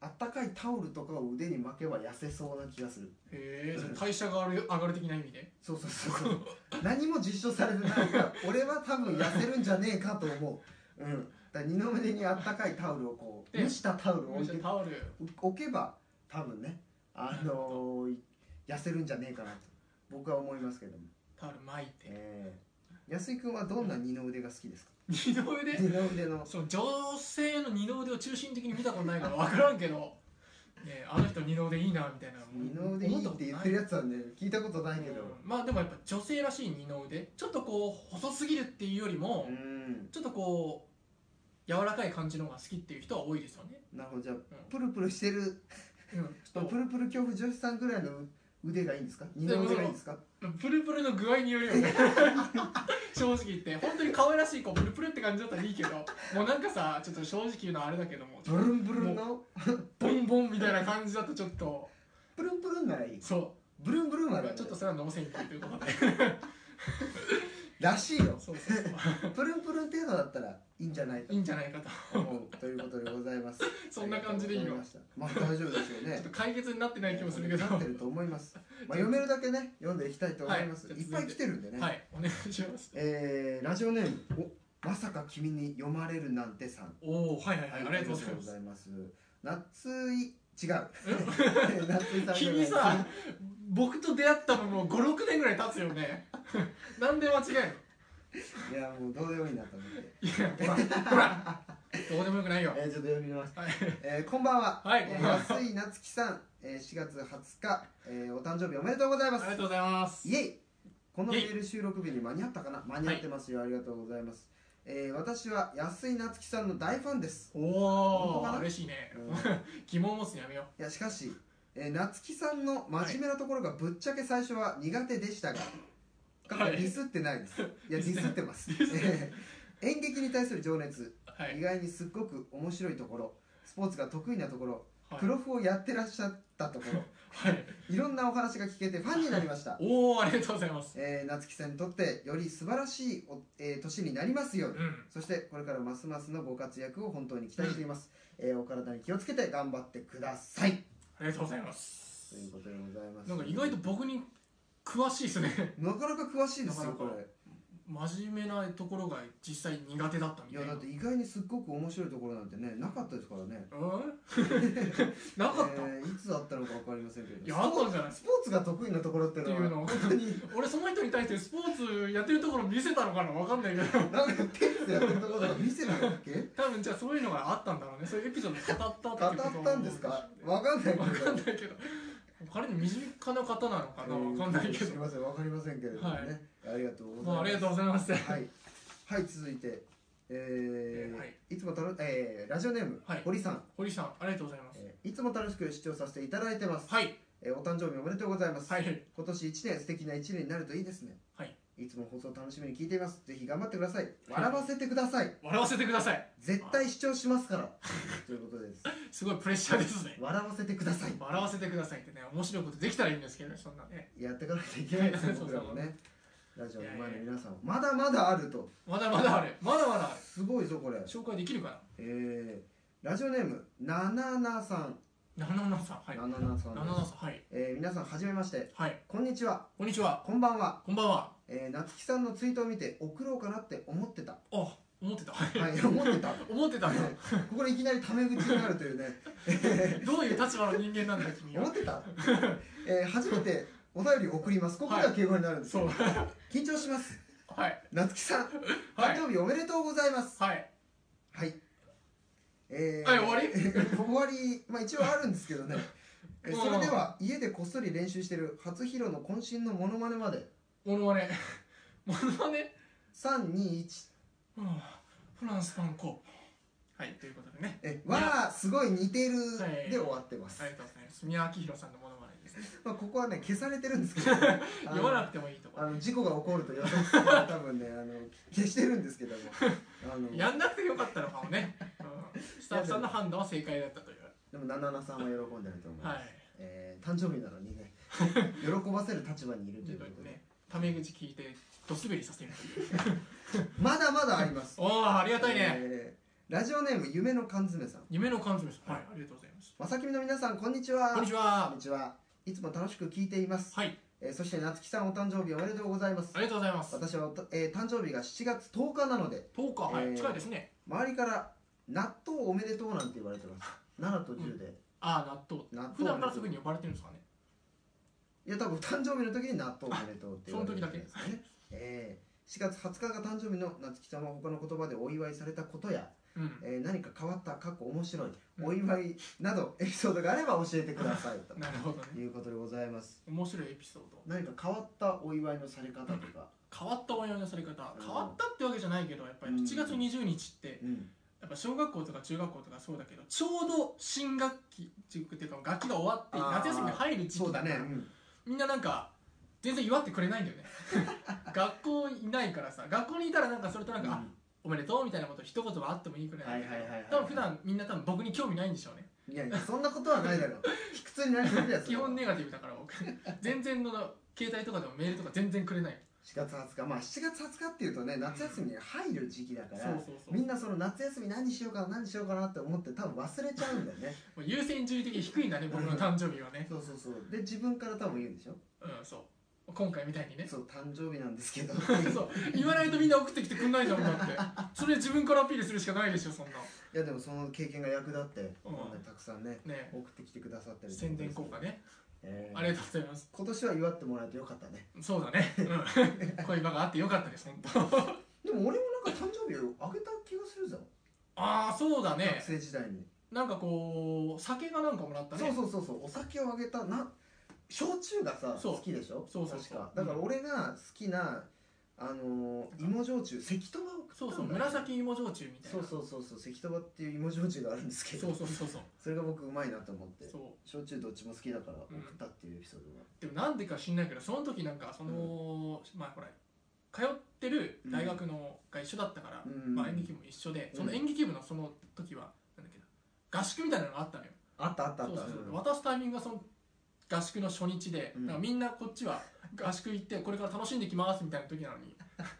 [SPEAKER 1] あったかいタオルとかを腕に巻けば痩せそうな気がする
[SPEAKER 2] へえその代謝が上がる上がる的な意味で
[SPEAKER 1] そうそうそうそう何も実証されてないから俺は多分痩せるんじゃねえかと思ううんだから二の腕にあったかいタオルをこう
[SPEAKER 2] で
[SPEAKER 1] 蒸したタオルを置い
[SPEAKER 2] じゃ
[SPEAKER 1] て
[SPEAKER 2] タオル
[SPEAKER 1] 置けば多分ねあのー痩せるんじゃねえかなと僕は思いますけども
[SPEAKER 2] タオル巻いて
[SPEAKER 1] ええ安井君はどんな二の腕が好きですか
[SPEAKER 2] 二の腕
[SPEAKER 1] 二の腕の
[SPEAKER 2] その女性の二の腕を中心的に見たことないから分からんけど、ねえ、あの人二の腕いいなみたいな
[SPEAKER 1] 二の腕いいって言ってるやつはね聞いたことないけど
[SPEAKER 2] うんまあでもやっぱ女性らしい二の腕ちょっとこう細すぎるっていうよりも、
[SPEAKER 1] うん
[SPEAKER 2] ちょっとこう柔らかい感じの方が好きっていう人は多いですよね、
[SPEAKER 1] なるほどじゃあプルプルしてる
[SPEAKER 2] うん、ち
[SPEAKER 1] プ
[SPEAKER 2] ょっと
[SPEAKER 1] ルプル恐怖女子さんぐらいの腕がいいんですか二の腕がいいんですか
[SPEAKER 2] プルプルの具合によるよね 正直言って本当に可愛らしいこうプルプルって感じだったらいいけどもうなんかさちょっと正直言うのはあれだけども
[SPEAKER 1] ブルンブルンの
[SPEAKER 2] ボンボンみたいな感じだとちょっと
[SPEAKER 1] プルンプルンならいい
[SPEAKER 2] そ
[SPEAKER 1] ブルンブルン
[SPEAKER 2] う
[SPEAKER 1] はね
[SPEAKER 2] ちょっとそれはノーセンキューということで
[SPEAKER 1] らしいよ
[SPEAKER 2] そうそうそう
[SPEAKER 1] プルンプルン程度だったらいいんじゃない
[SPEAKER 2] いいんじゃないかと
[SPEAKER 1] と思うということでございます
[SPEAKER 2] そんな感じでいいの
[SPEAKER 1] ありがとうございましたまあ大丈夫ですよ
[SPEAKER 2] ちょ
[SPEAKER 1] ね
[SPEAKER 2] っと解決になってない気もするけど
[SPEAKER 1] なってると思います。まあ、読めるだけね、読んでいきたいと思います。、
[SPEAKER 2] はいい
[SPEAKER 1] っぱい来てるんでね。
[SPEAKER 2] はいお願いします
[SPEAKER 1] えーラジオネーム、おまさか君に読まれるなんてさん。
[SPEAKER 2] おおはいはいはいありがとうござ
[SPEAKER 1] ありが
[SPEAKER 2] います
[SPEAKER 1] とうございます。夏井、違う。 夏井さん。
[SPEAKER 2] 君さ、僕と出会ったのもう56年ぐらい経つよね なんで間違
[SPEAKER 1] いや、もうどうでもいいなと思って。
[SPEAKER 2] えのいやほらほらどうでもよくないよ
[SPEAKER 1] えーちょっと読みます。
[SPEAKER 2] はい
[SPEAKER 1] えーこんばんは。
[SPEAKER 2] はい
[SPEAKER 1] え
[SPEAKER 2] こ
[SPEAKER 1] ー
[SPEAKER 2] んばんは
[SPEAKER 1] 夏井夏樹さん、えー4月20日、えーお誕生日おめでとうござい
[SPEAKER 2] あ
[SPEAKER 1] ま
[SPEAKER 2] り
[SPEAKER 1] す
[SPEAKER 2] が。とうございます
[SPEAKER 1] イエイこの
[SPEAKER 2] イ
[SPEAKER 1] メ
[SPEAKER 2] エイ
[SPEAKER 1] ール収録日に間に合ったかな間に合ってますよ、ありがとうございます、えー私は安井夏樹さんの大ファン です、
[SPEAKER 2] お
[SPEAKER 1] 本当
[SPEAKER 2] お
[SPEAKER 1] かな
[SPEAKER 2] 嬉しいね
[SPEAKER 1] うんい
[SPEAKER 2] 疑問持つのやめよ
[SPEAKER 1] やしかし、えー夏樹さんの真面目なところがぶっちゃけ最初は苦手でしたが、過去
[SPEAKER 2] はい
[SPEAKER 1] ディスってないです、い、やディスってます、えー 演劇に対する情熱、
[SPEAKER 2] うはい
[SPEAKER 1] 意外にすっごく面白いところスポーツが得意なところ、
[SPEAKER 2] はい
[SPEAKER 1] プロフをやってらっしゃったとこ ろ
[SPEAKER 2] はい
[SPEAKER 1] いろんなお話が聞けてファンになりました
[SPEAKER 2] おおありがとうございます
[SPEAKER 1] えー、夏樹さんにとってより素晴らしいお、えー年になりますよう
[SPEAKER 2] う
[SPEAKER 1] に、
[SPEAKER 2] ん
[SPEAKER 1] そしてこれからますますのご活躍を本当に期待してい ます、えーお体に気をつけて頑張ってください
[SPEAKER 2] ありがとうございま
[SPEAKER 1] と
[SPEAKER 2] す
[SPEAKER 1] いうことでございます
[SPEAKER 2] なんか意外と僕に詳しいですね
[SPEAKER 1] なかなか詳しいですよ
[SPEAKER 2] なかなか
[SPEAKER 1] こ
[SPEAKER 2] 真面目なところが実際苦手だったみ
[SPEAKER 1] れい
[SPEAKER 2] た
[SPEAKER 1] や
[SPEAKER 2] いな
[SPEAKER 1] だって意外にすっごく面白いところなんてねなかったですからね
[SPEAKER 2] うん なかった、
[SPEAKER 1] えーいつあったのか分かりませんけど
[SPEAKER 2] いやあったんじゃない
[SPEAKER 1] スポーツが得意なところっていうのは
[SPEAKER 2] っていう
[SPEAKER 1] 本
[SPEAKER 2] の
[SPEAKER 1] 当に
[SPEAKER 2] 俺その人に対してスポーツやってるところ見せたのかなわかんないけど
[SPEAKER 1] なんかテニスやってるところとか見せたんだっけ
[SPEAKER 2] 多分じゃあそういうのがあったんだろうねそういうエピソード語ったっていうこと
[SPEAKER 1] 語ったんですか分かんないけ
[SPEAKER 2] わ
[SPEAKER 1] ど
[SPEAKER 2] かんないけど彼の身近な方なのかなわかんないけ
[SPEAKER 1] すみ
[SPEAKER 2] ど
[SPEAKER 1] ません、わかりませんけれどもね。ありがとうございます。
[SPEAKER 2] まあありがとうございます
[SPEAKER 1] はい、はい、続いて、えー、
[SPEAKER 2] えーはい
[SPEAKER 1] つもたのえーラジオネーム、
[SPEAKER 2] はい
[SPEAKER 1] 堀さん、
[SPEAKER 2] 堀さんありがとうございます
[SPEAKER 1] えーいつも楽しく視聴させていただいてます、
[SPEAKER 2] はい
[SPEAKER 1] えーお誕生日おめでとうございます、
[SPEAKER 2] はい
[SPEAKER 1] 今年1年素敵な1年になるといいですね
[SPEAKER 2] はい
[SPEAKER 1] いつも放送楽しみに聞いていますぜひ頑張ってください笑わせてください
[SPEAKER 2] 笑わせてください
[SPEAKER 1] 絶対視聴しますからということです
[SPEAKER 2] すごいプレッシャーですね
[SPEAKER 1] 笑わせてください
[SPEAKER 2] 笑わせてくださいってね面白いことできたらいいんですけどねそんなね
[SPEAKER 1] やっていかないといけないですね
[SPEAKER 2] そう
[SPEAKER 1] 僕
[SPEAKER 2] そう
[SPEAKER 1] らもねラジオの前の皆さんまだまだあると
[SPEAKER 2] まだまだあるまだまだある
[SPEAKER 1] すごいぞこれ
[SPEAKER 2] 紹介できるか
[SPEAKER 1] えー、ラジオネームなななさん
[SPEAKER 2] なナナナさんはい
[SPEAKER 1] なななさん
[SPEAKER 2] ナナナさんはい
[SPEAKER 1] えー皆さんはじめまして
[SPEAKER 2] はい
[SPEAKER 1] こんにちは
[SPEAKER 2] こんにちは
[SPEAKER 1] こんばんは、
[SPEAKER 2] こんばんは
[SPEAKER 1] えー、夏希さんのツイートを見て送ろうかなって思ってた
[SPEAKER 2] あ思ってた
[SPEAKER 1] はい思ってたこ
[SPEAKER 2] 思ってたんだ
[SPEAKER 1] こでいきなりタメ口になると いうね
[SPEAKER 2] どういう立場の人間なんだ君
[SPEAKER 1] 思
[SPEAKER 2] は
[SPEAKER 1] ってた、えー、初めてお便りを送りますここでは敬語になるんです
[SPEAKER 2] そ
[SPEAKER 1] よ、
[SPEAKER 2] う
[SPEAKER 1] 緊張します
[SPEAKER 2] はい
[SPEAKER 1] 夏希さん
[SPEAKER 2] は
[SPEAKER 1] 誕
[SPEAKER 2] い
[SPEAKER 1] 生日おめでとうございます
[SPEAKER 2] はい
[SPEAKER 1] はいえ
[SPEAKER 2] はい終わり
[SPEAKER 1] 終わりまあ一応あるんですけど ねえー
[SPEAKER 2] うん
[SPEAKER 1] それでは家でこっそり練習してる初披露の渾身のモノマネまで
[SPEAKER 2] モノマネモノマネ
[SPEAKER 1] 321
[SPEAKER 2] うんフランスパンコはいということでね
[SPEAKER 1] えわあすごい似てる
[SPEAKER 2] はい
[SPEAKER 1] で終わってます、
[SPEAKER 2] ありがとうございます宮脇弘さんのモノマネですね
[SPEAKER 1] まあ、ここはね消されてるんですけど あ
[SPEAKER 2] 読まな
[SPEAKER 1] の
[SPEAKER 2] くてもいいとこ
[SPEAKER 1] あの事故が起こると予測するから多分ねあの消してるんですけどもあの
[SPEAKER 2] やんなくてよかったのかもね、うん、スタッフさんの判断は正解だったという
[SPEAKER 1] でもナナナさんは喜んでると思いま
[SPEAKER 2] は
[SPEAKER 1] す、
[SPEAKER 2] い
[SPEAKER 1] えー誕生日なのに ね喜ばせる立場にいると
[SPEAKER 2] ち
[SPEAKER 1] い
[SPEAKER 2] ょ
[SPEAKER 1] う
[SPEAKER 2] っ
[SPEAKER 1] こととで、
[SPEAKER 2] ねタメ口聞いてドスベリさせるという
[SPEAKER 1] まだまだあります
[SPEAKER 2] おおありがたいね、
[SPEAKER 1] えーラジオネーム夢の缶詰さん
[SPEAKER 2] 夢の缶詰さんはいありがとうございます
[SPEAKER 1] まさきみの皆さんこんにちは
[SPEAKER 2] こんにち
[SPEAKER 1] こ
[SPEAKER 2] は
[SPEAKER 1] んにちはいつも楽しく聞いています、
[SPEAKER 2] はい
[SPEAKER 1] えーそして夏希さんお誕生日おめでとうございます
[SPEAKER 2] ありがとうございます
[SPEAKER 1] 私はおた、えー誕生日が7月10日なので
[SPEAKER 2] 10日、は
[SPEAKER 1] えー
[SPEAKER 2] い、近いですね
[SPEAKER 1] 周りから納豆おめでとうなんて言われてます7と10で、
[SPEAKER 2] ああ
[SPEAKER 1] 納
[SPEAKER 2] 納豆
[SPEAKER 1] 豆
[SPEAKER 2] 普段からすぐに呼ばれてるんですかね
[SPEAKER 1] いや多分誕生日の時に納豆おめでとうって言われてるんですね、えー4月20日が誕生日の夏希ちゃんは他の言葉でお祝いされたことや、
[SPEAKER 2] うん
[SPEAKER 1] えー何か変わった過去面白い
[SPEAKER 2] うん
[SPEAKER 1] お祝いなどエピソードがあれば教えてくださいと
[SPEAKER 2] なるほどね
[SPEAKER 1] いうことでございます
[SPEAKER 2] 面白いエピソード
[SPEAKER 1] 何か変わったお祝いのされ方とか、
[SPEAKER 2] 変わったお祝いのされ方変わったってわけじゃないけどやっぱり
[SPEAKER 1] うん
[SPEAKER 2] 7月20日って
[SPEAKER 1] うん、
[SPEAKER 2] やっぱ小学校とか中学校とかそうだけどちょうど新学期っていうか学期が終わって
[SPEAKER 1] あー
[SPEAKER 2] 夏休みに入る時期
[SPEAKER 1] そうだね、
[SPEAKER 2] から
[SPEAKER 1] うん
[SPEAKER 2] みんななんか全然祝ってくれないんだ よね学校いないからさ学校にいたらなんかそれとなんか、あおめでとうみたいなこと一言はあってもいいくらいだけど
[SPEAKER 1] はいはいはいはい
[SPEAKER 2] 多分普段みんな多分僕に興味ないんでしょうね
[SPEAKER 1] いやいやそんなことはないだろう卑屈になりすぎだよそれ
[SPEAKER 2] 基
[SPEAKER 1] は
[SPEAKER 2] 本ネガティブだから 僕全然の携帯とかでもメールとか全然くれない
[SPEAKER 1] 4月20日まあ7月20日っていうとね夏休みに入る時期だから、
[SPEAKER 2] そうそうそう
[SPEAKER 1] みんなその夏休み何しようかな何しようかなって思って多分忘れちゃうんだよね
[SPEAKER 2] もう優先順位的に低いんだね僕の誕生日はね
[SPEAKER 1] そうそうそうで自分から多分言うんでしょ
[SPEAKER 2] うんそう今回みたいにね
[SPEAKER 1] そう誕生日なんですけど
[SPEAKER 2] そう言わないとみんな送ってきてくんないじゃんだってそれ自分からアピールするしかないでしょそんない
[SPEAKER 1] やでもその経験が役立って、
[SPEAKER 2] うん
[SPEAKER 1] こんなにたくさんね
[SPEAKER 2] ね
[SPEAKER 1] 送ってきてくださってるってこ
[SPEAKER 2] 宣
[SPEAKER 1] とで
[SPEAKER 2] 伝
[SPEAKER 1] す
[SPEAKER 2] 効果ね
[SPEAKER 1] えー
[SPEAKER 2] ありがとうございます
[SPEAKER 1] 今年は祝ってもらえてよかったね
[SPEAKER 2] そうだねうんこういう場があってよかったです本当
[SPEAKER 1] でも俺もなんか誕生日をあげた気がするぞ、
[SPEAKER 2] ああそうだ
[SPEAKER 1] 学
[SPEAKER 2] ね
[SPEAKER 1] 生時代に、
[SPEAKER 2] なんかこう酒がなんかもらった
[SPEAKER 1] そ
[SPEAKER 2] ね
[SPEAKER 1] うそうそうそうお酒をあげたな焼酎がさ
[SPEAKER 2] そう
[SPEAKER 1] 好きでしょ
[SPEAKER 2] そうそうそ
[SPEAKER 1] 確
[SPEAKER 2] う
[SPEAKER 1] かだから俺が好きなあのー芋焼酎関とばを
[SPEAKER 2] そ
[SPEAKER 1] 食
[SPEAKER 2] う
[SPEAKER 1] ったんだよ
[SPEAKER 2] そう紫芋焼酎みたいな
[SPEAKER 1] そうそうそうそう関とばっていう芋焼酎があるんですけど
[SPEAKER 2] そうそうそうそう
[SPEAKER 1] それが僕うまいなと思って
[SPEAKER 2] そ
[SPEAKER 1] 焼酎どっちも好きだから送
[SPEAKER 2] うん
[SPEAKER 1] ったっていうエピソードが、
[SPEAKER 2] うでもなんでか知んないけどその時なんかその、まあほら通ってる大学のが一緒だったから、
[SPEAKER 1] うん
[SPEAKER 2] まあ、演劇部も一緒で
[SPEAKER 1] うん
[SPEAKER 2] その演劇部のその時はなんだっけな合宿みたいなのがあったのよ
[SPEAKER 1] あったあったあ
[SPEAKER 2] そ
[SPEAKER 1] っ
[SPEAKER 2] う
[SPEAKER 1] た
[SPEAKER 2] そうそう渡すタイミングがその合宿の初日で、
[SPEAKER 1] うん
[SPEAKER 2] だからみんなこっちは合宿行ってこれから楽しんできますみたいな時なのに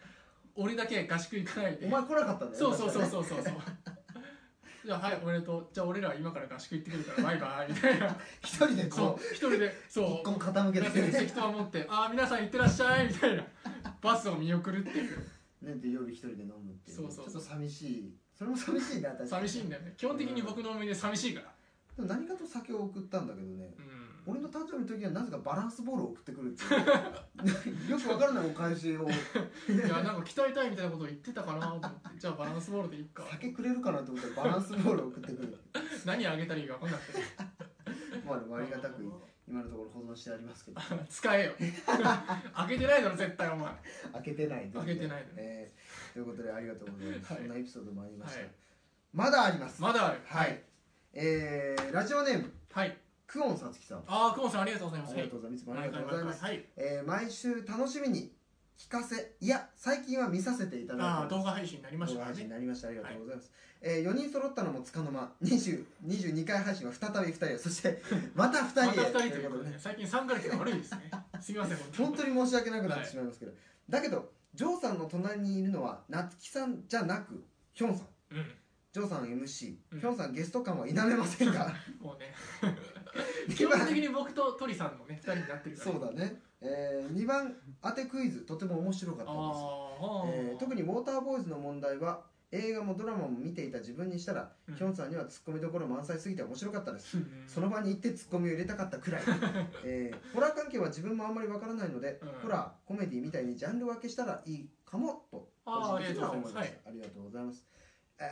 [SPEAKER 2] 俺だけ合宿行かないで
[SPEAKER 1] お前来なかったんだよ
[SPEAKER 2] そう
[SPEAKER 1] ね
[SPEAKER 2] そう
[SPEAKER 1] 確
[SPEAKER 2] そう
[SPEAKER 1] かね
[SPEAKER 2] そうそうそうじゃあはいおめでとうじゃあ俺らは今から合宿行ってくるからバイバイみたいな
[SPEAKER 1] 一人で
[SPEAKER 2] そ
[SPEAKER 1] こ
[SPEAKER 2] う一人で
[SPEAKER 1] う
[SPEAKER 2] そ
[SPEAKER 1] 一
[SPEAKER 2] う
[SPEAKER 1] 個も傾け
[SPEAKER 2] だ
[SPEAKER 1] た
[SPEAKER 2] っ
[SPEAKER 1] け
[SPEAKER 2] て
[SPEAKER 1] どね
[SPEAKER 2] 適当持 ってああ皆さん行ってらっしゃいみたいなバスを見送るっていう
[SPEAKER 1] ねで夜一人で飲むっていうね、
[SPEAKER 2] そうそう
[SPEAKER 1] ちょっと寂しいそれも寂しいな確かに
[SPEAKER 2] 寂しいんだよね基本的に僕の思い出寂しいから
[SPEAKER 1] でも何かと酒を送ったんだけどね
[SPEAKER 2] うん
[SPEAKER 1] 俺の誕生日の時はなぜかバランスボールを送ってくるっていう よくわからないお返しを
[SPEAKER 2] いやなんか鍛えたいみたいなことを言ってたかなと思ってじゃあバランスボールでいっ か
[SPEAKER 1] 酒くれるかなと思ってバランスボールを送ってくる
[SPEAKER 2] 何あげたらいいか分かんなくて
[SPEAKER 1] ままでもありがたく今のところ保存してあります けど
[SPEAKER 2] 使えよ開けてないだろ絶対お前
[SPEAKER 1] 開けてない
[SPEAKER 2] 開けてないの
[SPEAKER 1] えーということでありがとうございます、
[SPEAKER 2] はい
[SPEAKER 1] そんなエピソードもありました、
[SPEAKER 2] はい
[SPEAKER 1] まだあります
[SPEAKER 2] まだある
[SPEAKER 1] はいえー、ラジオネーム
[SPEAKER 2] はい
[SPEAKER 1] クオンさつきさん
[SPEAKER 2] ああ久保さんありがとうございま
[SPEAKER 1] あ
[SPEAKER 2] す
[SPEAKER 1] りがとうございますいつもありがとうございます、
[SPEAKER 2] はい
[SPEAKER 1] えー毎週楽しみに聞かせいや最近は見させていただいて
[SPEAKER 2] ああ
[SPEAKER 1] ます
[SPEAKER 2] 動画配信になりまし
[SPEAKER 1] 動画
[SPEAKER 2] たか
[SPEAKER 1] 配
[SPEAKER 2] ら
[SPEAKER 1] 信
[SPEAKER 2] ね
[SPEAKER 1] になりましたありがとうございます、えー、4人揃ったのもつかの間20 22回配信は再び2人へそしてまた2人へ
[SPEAKER 2] また2人と
[SPEAKER 1] と
[SPEAKER 2] い
[SPEAKER 1] いうこ
[SPEAKER 2] うことと
[SPEAKER 1] で
[SPEAKER 2] で最近3ヶ月が悪いですねすみません
[SPEAKER 1] 本当
[SPEAKER 2] に
[SPEAKER 1] に申し訳なくなってしまいますけど、だけどジョーさんの隣にいるのは夏木さんじゃなくヒョンさん
[SPEAKER 2] うん
[SPEAKER 1] ジョーさん MC、
[SPEAKER 2] うん
[SPEAKER 1] ヒョンさんゲスト感は否めません が
[SPEAKER 2] もうね基本的に僕と鳥さんのね2人になってるから
[SPEAKER 1] そうだね、え2番当てクイズとても面白かったです
[SPEAKER 2] ああ、
[SPEAKER 1] えー特にウォーターボーイズの問題は映画もドラマも見ていた自分にしたら、
[SPEAKER 2] うん
[SPEAKER 1] ヒョンさんにはツッコミどころ満載すぎて面白かったです、
[SPEAKER 2] うん
[SPEAKER 1] その場に行ってツッコミを入れたかった くらい、えーホラー関係は自分もあんまりわからないので、
[SPEAKER 2] うん
[SPEAKER 1] ホラーコメディみたいにジャンル分けしたらいいかもと
[SPEAKER 2] あー
[SPEAKER 1] 個人的には思いま
[SPEAKER 2] あ
[SPEAKER 1] したありがとうございます、えー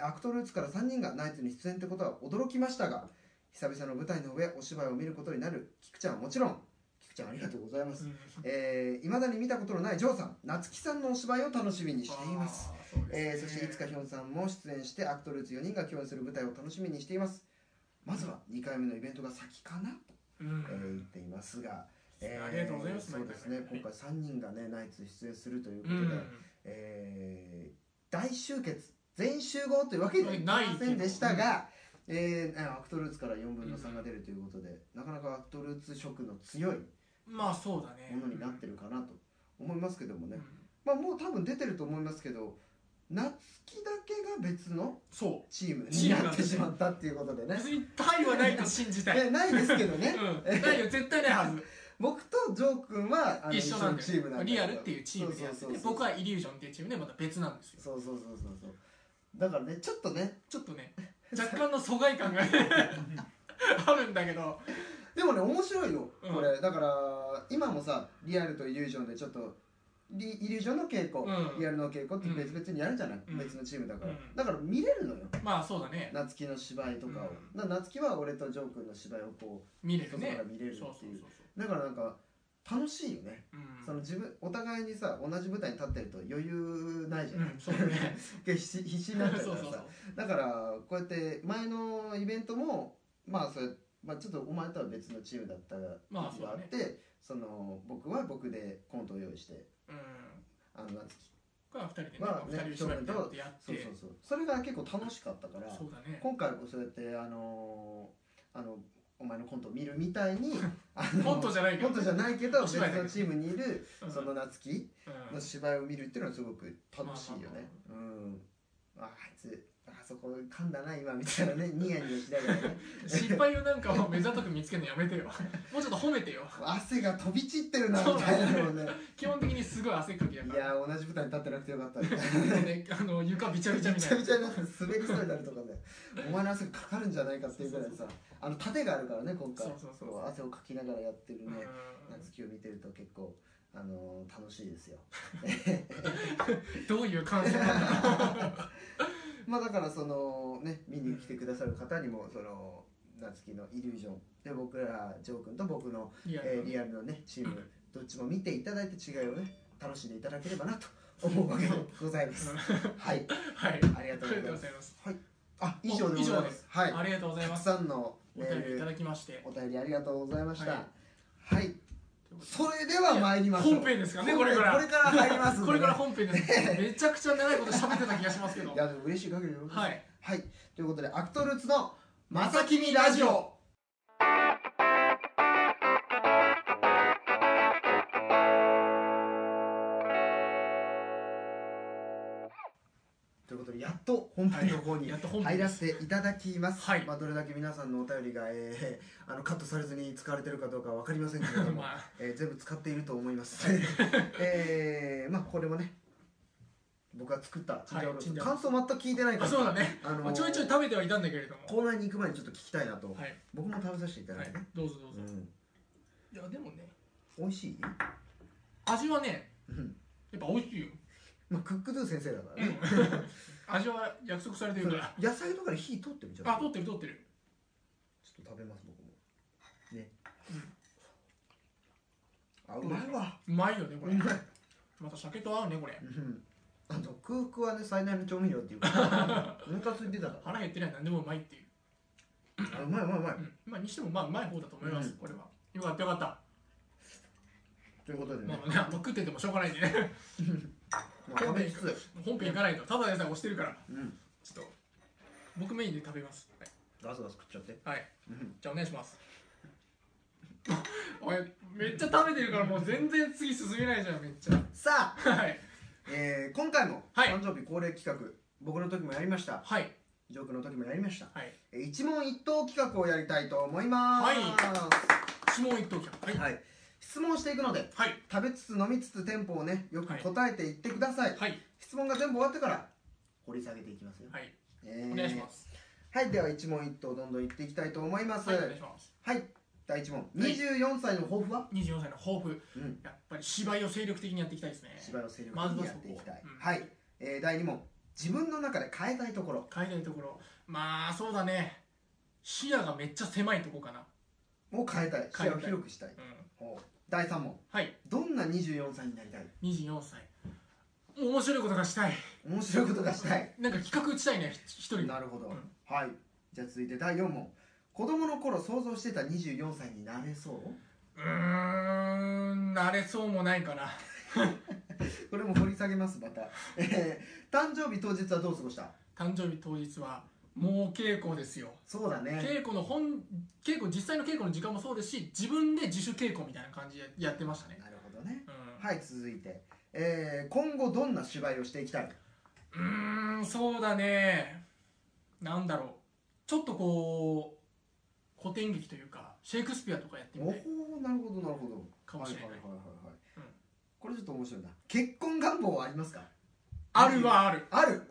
[SPEAKER 1] アクトルーツから3人がナイツに出演ってことは驚きましたが久々の舞台の上お芝居を見ることになる菊ちゃんはもちろん菊ちゃんありがとうございます
[SPEAKER 2] うん
[SPEAKER 1] えー、未だに見たことのないジョーさん夏木さんのお芝居を楽しみにしています、
[SPEAKER 2] あーそうですね
[SPEAKER 1] えーそしていつかヒョンさんも出演してアクトルーツ4人が共演する舞台を楽しみにしていますまずは2回目のイベントが先かなと、え
[SPEAKER 2] う
[SPEAKER 1] ー言っ
[SPEAKER 2] ん
[SPEAKER 1] ていますが、
[SPEAKER 2] い
[SPEAKER 1] え
[SPEAKER 2] や
[SPEAKER 1] ー
[SPEAKER 2] ありがとうございます
[SPEAKER 1] そうですね
[SPEAKER 2] 毎回
[SPEAKER 1] 今回3人がねナイツ出演するというこ
[SPEAKER 2] う
[SPEAKER 1] とで、
[SPEAKER 2] ん
[SPEAKER 1] えー大集結全集合というわけにはいきませんでしたが、えーアクトルーツから4分の3が出るということで、なかなかアクトルーツ色の強い
[SPEAKER 2] まあそうだね
[SPEAKER 1] ものになってるかなと思いますけどもね、
[SPEAKER 2] うん
[SPEAKER 1] まあもう多分出てると思いますけど夏希だけが別の
[SPEAKER 2] そ
[SPEAKER 1] チーム
[SPEAKER 2] チ
[SPEAKER 1] に
[SPEAKER 2] ーム
[SPEAKER 1] なってしまったっていうことで
[SPEAKER 2] う
[SPEAKER 1] ね
[SPEAKER 2] 別にタイはないと信じたい
[SPEAKER 1] えないですけど ね
[SPEAKER 2] うんないよ絶対ないはず
[SPEAKER 1] 僕とジョー君 はあの
[SPEAKER 2] 一緒なん
[SPEAKER 1] の
[SPEAKER 2] で
[SPEAKER 1] チームなんだけ
[SPEAKER 2] リ
[SPEAKER 1] ど
[SPEAKER 2] アルっていうチームでやって
[SPEAKER 1] そうそう
[SPEAKER 2] て
[SPEAKER 1] そう
[SPEAKER 2] 僕はイリュージョンっていうチームでまた別なんですよ
[SPEAKER 1] そうそうそうそうそうだからねちょっとね
[SPEAKER 2] ちょっとね若干の疎外 感が あるんだけど
[SPEAKER 1] でもね面白いよ
[SPEAKER 2] うん
[SPEAKER 1] これ、だから今もさリアルとイリュージョンでちょっとリイリュージョンの稽古、
[SPEAKER 2] うん
[SPEAKER 1] リアルの稽古って別々にやるじゃない、
[SPEAKER 2] うん
[SPEAKER 1] 別のチームだから、
[SPEAKER 2] うん
[SPEAKER 1] だから見れるのよ
[SPEAKER 2] まあそうだね
[SPEAKER 1] 夏希の芝居とかを、
[SPEAKER 2] う
[SPEAKER 1] な夏希は俺とジョー君の芝居をこ
[SPEAKER 2] 見
[SPEAKER 1] う
[SPEAKER 2] れる
[SPEAKER 1] 外
[SPEAKER 2] ね
[SPEAKER 1] から見れるってい
[SPEAKER 2] そううそうそう
[SPEAKER 1] だからなんか楽しいよね、
[SPEAKER 2] そううん
[SPEAKER 1] その自分お互いにさ同じ舞台に立ってると余裕ないじゃない、
[SPEAKER 2] うんそう だね
[SPEAKER 1] 必死必死に
[SPEAKER 2] そ
[SPEAKER 1] な
[SPEAKER 2] う
[SPEAKER 1] っちゃう
[SPEAKER 2] そ
[SPEAKER 1] か
[SPEAKER 2] う
[SPEAKER 1] らさ
[SPEAKER 2] そう
[SPEAKER 1] だからこうやって前のイベントもまあそれ、まあ、ちょっとお前とは別のチームだったが
[SPEAKER 2] まあそうだ
[SPEAKER 1] あ
[SPEAKER 2] ね
[SPEAKER 1] って、その僕は僕でコントを用意して
[SPEAKER 2] うん
[SPEAKER 1] あの夏希
[SPEAKER 2] これは二人でね
[SPEAKER 1] まあね
[SPEAKER 2] 二人で芝居みたいなことやっ
[SPEAKER 1] そう
[SPEAKER 2] て
[SPEAKER 1] そうそうそれが結構楽しかったから
[SPEAKER 2] そうだね
[SPEAKER 1] 今回もそうやってあのーあのお前のコントを見るみたい にあの
[SPEAKER 2] コントじゃないけど
[SPEAKER 1] コントじゃないけど
[SPEAKER 2] お
[SPEAKER 1] 別
[SPEAKER 2] 芝居だけど
[SPEAKER 1] のチームにいる
[SPEAKER 2] うん
[SPEAKER 1] その夏希
[SPEAKER 2] うん
[SPEAKER 1] の芝居を見るっていうのはすごく楽しいよねうんああいつあそこ噛んだな今みたいなねニヤニヤしながらね
[SPEAKER 2] 失敗をなんかもう目ざとく見つけるのやめてよもうちょっと褒めてよ
[SPEAKER 1] 汗が飛び散ってるなみたいなのをね
[SPEAKER 2] 基本的にすごい汗っかきだ
[SPEAKER 1] い
[SPEAKER 2] から
[SPEAKER 1] やー同じ舞台に立ってなくてよかったみたいな
[SPEAKER 2] ね、あの床びちゃびちゃみ
[SPEAKER 1] び
[SPEAKER 2] た
[SPEAKER 1] ちゃ
[SPEAKER 2] いな
[SPEAKER 1] びちゃになって滑りそうになるとかでお前の汗がかかるんじゃないかっていうぐらいさあの盾があるからね今回
[SPEAKER 2] そうそうそうそう
[SPEAKER 1] こ汗をかきながらやってるね
[SPEAKER 2] うん
[SPEAKER 1] 夏希を見てると結構、あのー楽しいですよ
[SPEAKER 2] どういう感想なんだ
[SPEAKER 1] まあだからそのね見に来てくださる方にもその夏希のイリュージョンで僕らジョー君と僕の、
[SPEAKER 2] いや、
[SPEAKER 1] えーリアルのねチームどっちも見ていただいて違いをね楽しんでいただければなと思うわけでございます
[SPEAKER 2] う
[SPEAKER 1] はい
[SPEAKER 2] はい
[SPEAKER 1] ありが
[SPEAKER 2] あ
[SPEAKER 1] とう
[SPEAKER 2] りがとう
[SPEAKER 1] ご
[SPEAKER 2] ご
[SPEAKER 1] ざ
[SPEAKER 2] ざ
[SPEAKER 1] い
[SPEAKER 2] い
[SPEAKER 1] ます
[SPEAKER 2] ます
[SPEAKER 1] はいあ以上でござい
[SPEAKER 2] 以上
[SPEAKER 1] ま
[SPEAKER 2] です
[SPEAKER 1] はい
[SPEAKER 2] ありがとうござい
[SPEAKER 1] た
[SPEAKER 2] ま
[SPEAKER 1] く
[SPEAKER 2] す
[SPEAKER 1] さんの
[SPEAKER 2] お
[SPEAKER 1] メ
[SPEAKER 2] 便りい
[SPEAKER 1] ー
[SPEAKER 2] た
[SPEAKER 1] ル
[SPEAKER 2] だきまして
[SPEAKER 1] お便りありがとうございましたは、
[SPEAKER 2] はい
[SPEAKER 1] それでは参りましょう
[SPEAKER 2] 本編ですかねこれから
[SPEAKER 1] これから入りますんでね
[SPEAKER 2] これから本編 ですめちゃくちゃ長いこと喋ってた気がしますけど
[SPEAKER 1] いやでも嬉しい限りでございます
[SPEAKER 2] はい
[SPEAKER 1] はいということでアクトルーツの「まさきみラジオ」ということでやっと本編の方に
[SPEAKER 2] やっと本編
[SPEAKER 1] 入
[SPEAKER 2] で
[SPEAKER 1] ら
[SPEAKER 2] す
[SPEAKER 1] せていただきます、
[SPEAKER 2] はい
[SPEAKER 1] まあ、どれだけ皆さんのお便りが、えーあ のカットされずに使われてるかどうか分かりませんけれども、
[SPEAKER 2] まあ
[SPEAKER 1] えー全部使っていると思います、 えーまあこれもね僕が作ったチンジャオロース
[SPEAKER 2] はいチンジャオロ
[SPEAKER 1] 感想全く聞いてないから
[SPEAKER 2] あそうだね、
[SPEAKER 1] あのー
[SPEAKER 2] まあちょいちょい食べてはいたんだけれども
[SPEAKER 1] コーナーに行く前にちょっと聞きたいなと、
[SPEAKER 2] はい、
[SPEAKER 1] 僕も食べさせていただ
[SPEAKER 2] はい
[SPEAKER 1] て
[SPEAKER 2] い
[SPEAKER 1] ね、、
[SPEAKER 2] どうぞどう
[SPEAKER 1] う
[SPEAKER 2] ぞ、
[SPEAKER 1] ん
[SPEAKER 2] いやでもね
[SPEAKER 1] 美味しい、
[SPEAKER 2] 味はね
[SPEAKER 1] うん
[SPEAKER 2] やっぱ美味しいよ、
[SPEAKER 1] まあ、クックドゥ先生だから
[SPEAKER 2] う
[SPEAKER 1] ね
[SPEAKER 2] ん、味は約束されてる
[SPEAKER 1] そ
[SPEAKER 2] か
[SPEAKER 1] れ
[SPEAKER 2] ら
[SPEAKER 1] 野菜とかで火通ってみちゃう
[SPEAKER 2] あ取ってる取ってる
[SPEAKER 1] ちょっと食べます僕もあうまいわ
[SPEAKER 2] うまいよねこ
[SPEAKER 1] う
[SPEAKER 2] れ
[SPEAKER 1] まい
[SPEAKER 2] また酒と合うねこれ
[SPEAKER 1] うんあと空腹はね最大の調味料っていう かぬかついてたか
[SPEAKER 2] 腹減ってない何でもうまいっていう、
[SPEAKER 1] らあうまいうまいうまい
[SPEAKER 2] うん、まあにしてもまあうまい方だと思います、
[SPEAKER 1] うん
[SPEAKER 2] これはよかったよかった
[SPEAKER 1] ということでね
[SPEAKER 2] まあまあねあんま食っててもしょうがないんでね
[SPEAKER 1] まあ食べつつ
[SPEAKER 2] 本編行かないとただでさえ押してるから
[SPEAKER 1] うん
[SPEAKER 2] ちょっと僕メインで食べますはい
[SPEAKER 1] ガスガス食っちゃって
[SPEAKER 2] はい
[SPEAKER 1] うん
[SPEAKER 2] じゃあお願いします おいめっちゃ食べてるからもう全然次進めないじゃんめっちゃ
[SPEAKER 1] さあ
[SPEAKER 2] はい
[SPEAKER 1] えー今回も
[SPEAKER 2] はい
[SPEAKER 1] 誕生日恒例企画僕の時もやりました
[SPEAKER 2] はい
[SPEAKER 1] ジョークの時もやりました
[SPEAKER 2] はい
[SPEAKER 1] えー一問一答企画をやりたいと思います
[SPEAKER 2] 質問一等客はい
[SPEAKER 1] はい質問していくので
[SPEAKER 2] はい
[SPEAKER 1] 食べつつ飲みつつテンポをねよく答えていってください
[SPEAKER 2] はい
[SPEAKER 1] 質問が全部終わってから掘り下げていきますよ
[SPEAKER 2] はい
[SPEAKER 1] えー
[SPEAKER 2] お願いします
[SPEAKER 1] はいでは一問一答どんどんいっていきたいと思います
[SPEAKER 2] はいお
[SPEAKER 1] は
[SPEAKER 2] 願い
[SPEAKER 1] い
[SPEAKER 2] します
[SPEAKER 1] 第一問24歳の抱負は
[SPEAKER 2] 24歳の抱負
[SPEAKER 1] うん
[SPEAKER 2] やっぱり芝居を精力的にやっていきたいですね
[SPEAKER 1] 芝居を精力
[SPEAKER 2] まず
[SPEAKER 1] 的に
[SPEAKER 2] は
[SPEAKER 1] や
[SPEAKER 2] そ
[SPEAKER 1] っ
[SPEAKER 2] こ
[SPEAKER 1] ていきたい
[SPEAKER 2] うん
[SPEAKER 1] はいえー第二問自分の中で変えたいところ
[SPEAKER 2] 変えたいところまあそうだね視野がめっちゃ狭いとこかな
[SPEAKER 1] を変えたい視
[SPEAKER 2] 変え
[SPEAKER 1] 野
[SPEAKER 2] た
[SPEAKER 1] を
[SPEAKER 2] い
[SPEAKER 1] 広くしたい
[SPEAKER 2] うん
[SPEAKER 1] ほう第三問
[SPEAKER 2] はい
[SPEAKER 1] どんな24歳になりたい
[SPEAKER 2] 24歳面白いことがしたい
[SPEAKER 1] 面白いことがしたい
[SPEAKER 2] なんか企画打ちたいねひ一人で
[SPEAKER 1] なるほど、
[SPEAKER 2] うん
[SPEAKER 1] はいじゃあ続いて第4問子供の頃想像してた24歳になれそう
[SPEAKER 2] うーん慣れそうもないかな
[SPEAKER 1] これも掘り下げますまた、えー誕生日当日はどう過ごした
[SPEAKER 2] 誕生日当日はもう稽古ですよ
[SPEAKER 1] そうだね
[SPEAKER 2] 稽古の本稽古実際の稽古の時間もそうですし自分で自主稽古みたいな感じでやってましたね
[SPEAKER 1] なるほどね
[SPEAKER 2] うん
[SPEAKER 1] はい続いて、えー今後どんな芝居をしていきたいう
[SPEAKER 2] ーんそうだねなんだろうちょっとこう古典劇というかシェイクスピアとかやって
[SPEAKER 1] お
[SPEAKER 2] み
[SPEAKER 1] お
[SPEAKER 2] たい
[SPEAKER 1] ーなるほどなるほど
[SPEAKER 2] かもしれない
[SPEAKER 1] はいはいはいはいはい、
[SPEAKER 2] うん
[SPEAKER 1] これちょっと面白いな結婚願望はありますか
[SPEAKER 2] ある はある
[SPEAKER 1] ある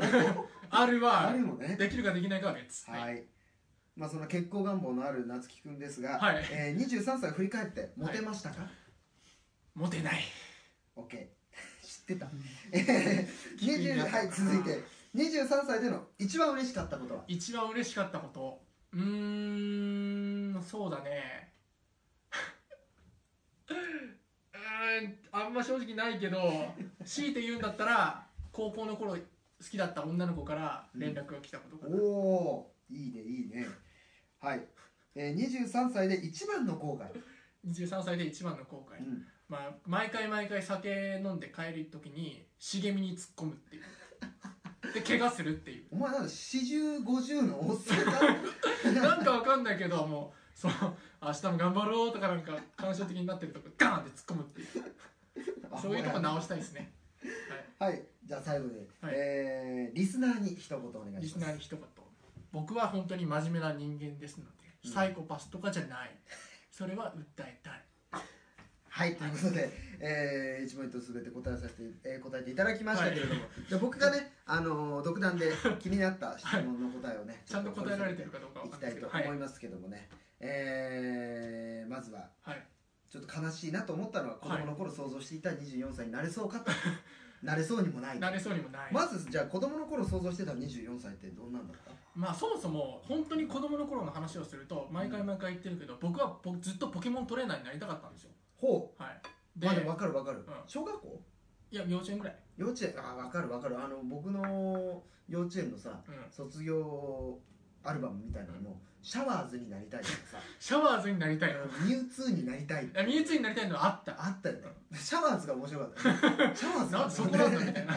[SPEAKER 2] あるは
[SPEAKER 1] あ
[SPEAKER 2] あ
[SPEAKER 1] る
[SPEAKER 2] る
[SPEAKER 1] よね
[SPEAKER 2] できるかできないかは別
[SPEAKER 1] はい、まあその結婚願望のある夏樹くんですが、
[SPEAKER 2] はい
[SPEAKER 1] えー、23歳を振り返ってモテましたか、
[SPEAKER 2] モテない
[SPEAKER 1] オッケー 知ってた えー20はい続いて23歳での一番嬉しかったことは
[SPEAKER 2] 一番嬉しかったことうーんそうだね うーんあんま正直ないけど強いて言うんだったら高校の頃好きだった女の子から連絡が来たことかな、
[SPEAKER 1] おおーいいねいいねはい、えー、23歳で一番の後悔、
[SPEAKER 2] 23歳で一番の後悔、
[SPEAKER 1] うん、
[SPEAKER 2] まあ、毎回毎回酒飲んで帰る時に茂みに突っ込むっていうで怪我するってい
[SPEAKER 1] お前なんだ4050のおっさんか
[SPEAKER 2] うなんかわかんないけどもうその明日も頑張ろうとかなんか感傷的になってるとこガーンって突っ込むっていう そういうとこ直したいですね
[SPEAKER 1] はいじゃあ最後で、
[SPEAKER 2] はい
[SPEAKER 1] えーリスナーに一言お願いします
[SPEAKER 2] リスナーに一言僕は本当に真面目な人間ですので
[SPEAKER 1] うん
[SPEAKER 2] サイコパスとかじゃないそれは訴えたい
[SPEAKER 1] はいということで、えー、一問一答すべて答えさせて、えー答えていただきました
[SPEAKER 2] はい
[SPEAKER 1] けれども、じゃあ僕がね、あのー独断で気になった質問の答えをね、
[SPEAKER 2] ちゃんと答えられてる
[SPEAKER 1] か
[SPEAKER 2] かどうかわ
[SPEAKER 1] い
[SPEAKER 2] か
[SPEAKER 1] き
[SPEAKER 2] ん
[SPEAKER 1] た
[SPEAKER 2] ない
[SPEAKER 1] い
[SPEAKER 2] ですけ
[SPEAKER 1] と
[SPEAKER 2] どはい
[SPEAKER 1] 思いますけどもね、えーまずは
[SPEAKER 2] はい
[SPEAKER 1] ちょっと悲しいなと思ったのは子供の頃想像していた24歳になれそう かと、なれそうにもない
[SPEAKER 2] 慣れそうにもない
[SPEAKER 1] まずじゃあ子供の頃想像してた24歳ってどんなんだった
[SPEAKER 2] まあそもそも本当に子供の頃の話をすると毎回毎回言ってるけど、僕は僕ずっとポケモントレーナーになりたかったんですよ
[SPEAKER 1] ほ
[SPEAKER 2] はい。
[SPEAKER 1] う
[SPEAKER 2] で、
[SPEAKER 1] まあでも分かる分かる、
[SPEAKER 2] ん
[SPEAKER 1] 小学校
[SPEAKER 2] いや、幼稚園ぐらい。
[SPEAKER 1] 幼稚園ああ分かる分かるあの僕の幼稚園のさ
[SPEAKER 2] うん。
[SPEAKER 1] 卒業アルバムみたいなのもシャワーズになりたいとか
[SPEAKER 2] シャワーズになりたい。
[SPEAKER 1] さミュウツーになりたい
[SPEAKER 2] あミュウツーになりたいのはあった。
[SPEAKER 1] あったよねシャワーズが面白か ったよねシャワーズ
[SPEAKER 2] なんでそこなんだみたい
[SPEAKER 1] ね
[SPEAKER 2] な。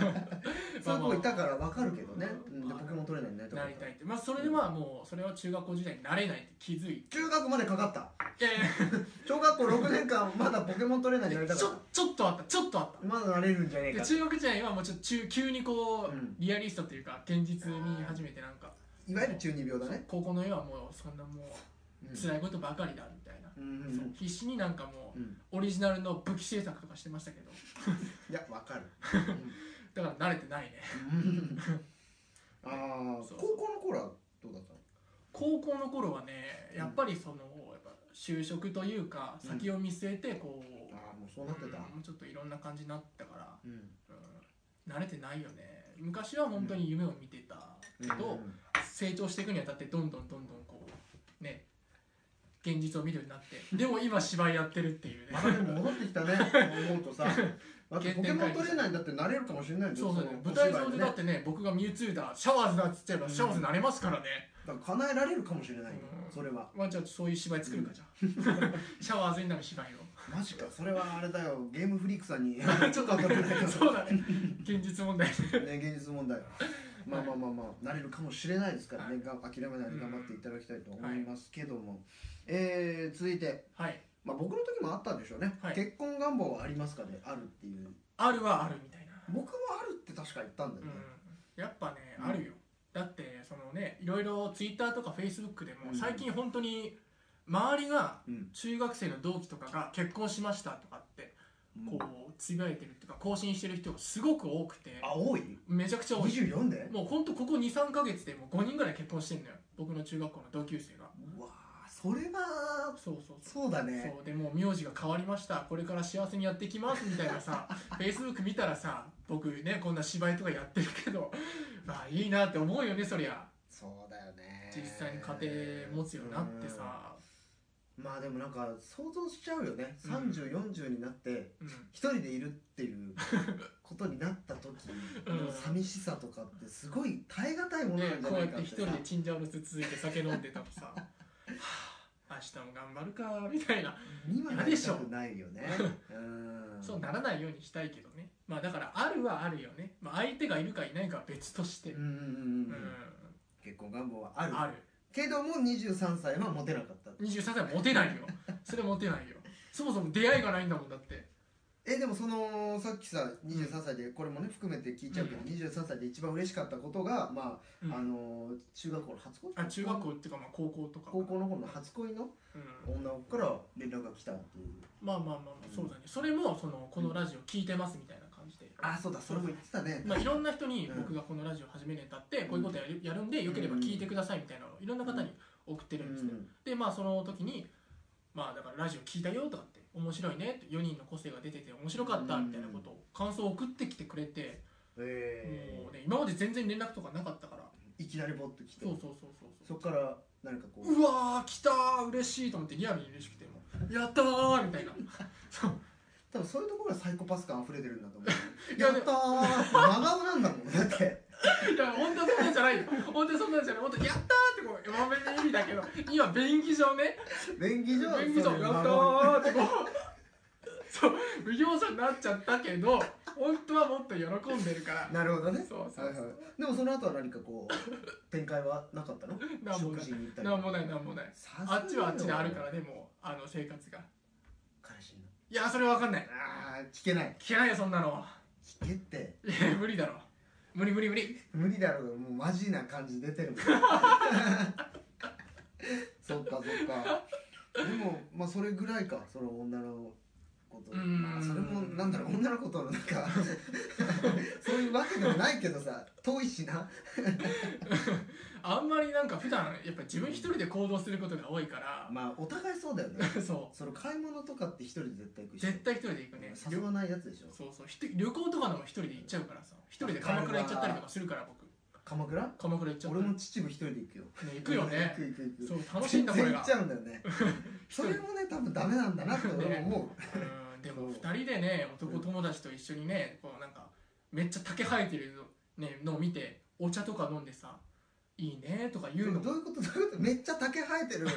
[SPEAKER 1] そういう子いた
[SPEAKER 2] ま
[SPEAKER 1] から分かるけどね
[SPEAKER 2] う
[SPEAKER 1] うんんでポケモントレーナーになり
[SPEAKER 2] あ
[SPEAKER 1] た
[SPEAKER 2] ま
[SPEAKER 1] か
[SPEAKER 2] あな
[SPEAKER 1] っ
[SPEAKER 2] りた
[SPEAKER 1] た
[SPEAKER 2] いって。まあ、それでまあもう、それは中学校時代になれないって気づい
[SPEAKER 1] 中学までかかった
[SPEAKER 2] て。
[SPEAKER 1] 小学校6年間まだポケモントレーナーに なりた
[SPEAKER 2] ち
[SPEAKER 1] かっ
[SPEAKER 2] ょ、ちょっとあった。ちょっとあった
[SPEAKER 1] まだなれるんじゃね。え
[SPEAKER 2] で、
[SPEAKER 1] か
[SPEAKER 2] 中学時代はもうちょっと中急にこう、
[SPEAKER 1] うん
[SPEAKER 2] リアリストというか、現実に始めてなんか、
[SPEAKER 1] いわゆる中二病だね
[SPEAKER 2] 高校の絵はもう、そんなも
[SPEAKER 1] うん
[SPEAKER 2] う、辛いことばかりだみたいな。
[SPEAKER 1] うんうんう
[SPEAKER 2] そうん必死になんかも
[SPEAKER 1] うん
[SPEAKER 2] う、オリジナルの武器制作とかしてましたけど、
[SPEAKER 1] いや分か る
[SPEAKER 2] だから慣れてないね。
[SPEAKER 1] うんああ
[SPEAKER 2] そう
[SPEAKER 1] 高校の頃はどうだったの
[SPEAKER 2] 高校の頃はねやっぱりその、やっぱ就職というか
[SPEAKER 1] うん
[SPEAKER 2] 先を見据えてこう、
[SPEAKER 1] ああもうそうなってた
[SPEAKER 2] うんもうちょっといろんな感じになったから、
[SPEAKER 1] うん
[SPEAKER 2] うん慣れてないよね昔は本当に夢を見てたけど、
[SPEAKER 1] うん
[SPEAKER 2] 成長していくにあたってどんどんどんどんこうね現実を見るように なってでも今芝居やってるっていうね
[SPEAKER 1] またでも戻ってきたね、そう思うとさ。だってポケモントレーナーにだってなれるかもしれないんだ
[SPEAKER 2] そ
[SPEAKER 1] よ
[SPEAKER 2] うそう
[SPEAKER 1] の
[SPEAKER 2] 舞台
[SPEAKER 1] お芝
[SPEAKER 2] 上
[SPEAKER 1] 居
[SPEAKER 2] で
[SPEAKER 1] ね
[SPEAKER 2] だってね僕がミュウツーだシャワーズだっつっちゃえばシャワーズになれますからね、
[SPEAKER 1] だから叶えられるかもしれないよ
[SPEAKER 2] うん
[SPEAKER 1] それは。
[SPEAKER 2] ワンちゃんそういう芝居作るかじゃあ シャワーズになる芝居を
[SPEAKER 1] マジか、それはあれだよ、ゲームフリークさんに ちょっと当たってないと。
[SPEAKER 2] そうだね現実問題ね
[SPEAKER 1] ね、現実問題。まあまあまあまあ、なれるかもしれないですからね、が諦めないで頑張っていただきたいと思いますけども。えー、続いて、
[SPEAKER 2] はい
[SPEAKER 1] まあ僕の時もあったんでしょうね。
[SPEAKER 2] はい
[SPEAKER 1] 結婚願望はありますかね、あるっていう。
[SPEAKER 2] あるはあるみたいな
[SPEAKER 1] 僕もあるって確か言ったんだよね。
[SPEAKER 2] うんやっぱね、
[SPEAKER 1] うん
[SPEAKER 2] あるよだってそのねいろいろツイッターとかフェイスブックでも
[SPEAKER 1] うん
[SPEAKER 2] 最近本当に周りが
[SPEAKER 1] うん。
[SPEAKER 2] 中学生の同期とかが結婚しましたとかってこうつぶやいてるっていうか更新してる人がすごく多くて
[SPEAKER 1] あ、多い
[SPEAKER 2] めちゃくちゃ多い
[SPEAKER 1] ?24 で
[SPEAKER 2] もうほんとここ23か月でもう5人ぐらい結婚してんのよ僕の中学校の同級生が
[SPEAKER 1] うわーそれは
[SPEAKER 2] そうそうそう
[SPEAKER 1] そうだね
[SPEAKER 2] そうでもう名字が変わりましたこれから幸せにやっていきますみたい なさフェイスブック見たらさ僕ねこんな芝居とかやってるけどまあいいなって思うよねそりゃ
[SPEAKER 1] そうだよね
[SPEAKER 2] 実際に家庭持つようになってさ
[SPEAKER 1] うんまあでもなんか想像しちゃうよね
[SPEAKER 2] うん
[SPEAKER 1] 3040になって
[SPEAKER 2] うん
[SPEAKER 1] 一人でいるっていう ことになった時の寂しさとかってすごい耐え難いもの
[SPEAKER 2] ね
[SPEAKER 1] なんじゃ
[SPEAKER 2] こ
[SPEAKER 1] な
[SPEAKER 2] うや
[SPEAKER 1] い
[SPEAKER 2] っ
[SPEAKER 1] か
[SPEAKER 2] て
[SPEAKER 1] っ
[SPEAKER 2] 一
[SPEAKER 1] て
[SPEAKER 2] 人
[SPEAKER 1] さ
[SPEAKER 2] でチンジャオロス続いて酒飲んでたらさはあ明日も頑張るかみたいな
[SPEAKER 1] 今は
[SPEAKER 2] 嫌でしょ
[SPEAKER 1] やりたくないよねうん
[SPEAKER 2] そうならないようにしたいけどねまあだからあるはあるよね、まあ、相手がいるかいないかは別として
[SPEAKER 1] うんうんうん
[SPEAKER 2] うん
[SPEAKER 1] うん結婚願望はある
[SPEAKER 2] ある
[SPEAKER 1] けども23歳は持てなかった
[SPEAKER 2] 23歳はモテな いよそれモテないよそもそも出会いがないんだもんだって
[SPEAKER 1] えでもそのさっきさ23歳でこれもね含めて聞いちゃうけど、
[SPEAKER 2] うん
[SPEAKER 1] 23歳で一番嬉しかったことが、まあ
[SPEAKER 2] うん
[SPEAKER 1] あの中学校の初恋
[SPEAKER 2] あ中学校っていうかまあ高校とか
[SPEAKER 1] 高校の方の初恋の
[SPEAKER 2] うん
[SPEAKER 1] 女の子から連絡が来たっていう
[SPEAKER 2] まあまあまあまあそうだねそれもそのこのラジオ聞いてますみたいな感じで
[SPEAKER 1] あそうだそれも言ってたね
[SPEAKER 2] まあ、いろんな人に僕がこのラジオ始めるにあたってこういうことやるやるんでよければ聞いてくださいみたいなのをいろんな方に送って
[SPEAKER 1] う
[SPEAKER 2] るんですね
[SPEAKER 1] ん
[SPEAKER 2] でまあその時にまあだからラジオ聞いたよとかって面白いねって4人の個性が出てて面白かったみたいなことを感想を送ってきてくれて
[SPEAKER 1] え
[SPEAKER 2] もうね今まで全然連絡とかなかったから
[SPEAKER 1] ー、いきなりボッと来て
[SPEAKER 2] そうそうそうそうそ
[SPEAKER 1] そっから何かこ
[SPEAKER 2] ううわー来たー嬉しいと思ってリアルに嬉しくてもうやったーみたいな そう
[SPEAKER 1] 多分そういうところがサイコパス感溢れてるんだと思う
[SPEAKER 2] いや
[SPEAKER 1] やったー真顔なんだもんだ って
[SPEAKER 2] いや本当はそんなんじゃないよ本当はそんなんじゃない本当やったーってこうまめの意味だけど今便宜上ね
[SPEAKER 1] 便宜上
[SPEAKER 2] 便宜上
[SPEAKER 1] そういう
[SPEAKER 2] や
[SPEAKER 1] 真
[SPEAKER 2] った
[SPEAKER 1] 顔
[SPEAKER 2] ーってこうそう無業者になっちゃったけど本当はもっと喜んでるから
[SPEAKER 1] なるほどね
[SPEAKER 2] そうそ
[SPEAKER 1] はいうは
[SPEAKER 2] そ、
[SPEAKER 1] いうでもその後は何かこ う展開はなかったの
[SPEAKER 2] なんもな
[SPEAKER 1] 食
[SPEAKER 2] い
[SPEAKER 1] 事に行ったり
[SPEAKER 2] なんもないなんもない
[SPEAKER 1] さすが
[SPEAKER 2] あ
[SPEAKER 1] よ
[SPEAKER 2] っちはあっちであるからねもうあの生活が
[SPEAKER 1] 彼氏になっ
[SPEAKER 2] いやそれは分かんない
[SPEAKER 1] たあー聞けない
[SPEAKER 2] 聞けないよそんなの
[SPEAKER 1] 聞けって
[SPEAKER 2] いや無理だろ無理無理無理
[SPEAKER 1] 無理だろうがもうマジな感じ出てる もんそっかそっかでもまあそれぐらいかその女の子と
[SPEAKER 2] うーん
[SPEAKER 1] まあそれもなんだろう女の子とのなん かそういうわけでもないけどさ遠いしな
[SPEAKER 2] あんまりなんか普段やっぱ自分一人で行動することが多いから、
[SPEAKER 1] まあお互いそうだよね
[SPEAKER 2] そ
[SPEAKER 1] その買い物とかって一人で絶対行く
[SPEAKER 2] う
[SPEAKER 1] し
[SPEAKER 2] 絶対一人で行くね
[SPEAKER 1] 誘わないやつでしょ
[SPEAKER 2] そうそうひと旅行とかのも一人で行っちゃうからさ一人で鎌倉行っちゃったりとかするから僕
[SPEAKER 1] 鎌倉
[SPEAKER 2] 鎌倉行っちゃった
[SPEAKER 1] 俺
[SPEAKER 2] り
[SPEAKER 1] も秩父一人で行くよ
[SPEAKER 2] ね行くよ
[SPEAKER 1] 行
[SPEAKER 2] ね
[SPEAKER 1] く行く行く
[SPEAKER 2] そう楽しいんだこれ
[SPEAKER 1] 全然行
[SPEAKER 2] が
[SPEAKER 1] っちゃうんだよねそれもね多分ダメなんだなって俺も思う
[SPEAKER 2] うんでも2人でね男友達と一緒にねこうなんかめっちゃ竹生えてるの,、ね、のを見てお茶とか飲んでさ「いいね」とか言
[SPEAKER 1] で
[SPEAKER 2] うの
[SPEAKER 1] もどういうことどういうことめっちゃ竹生え てる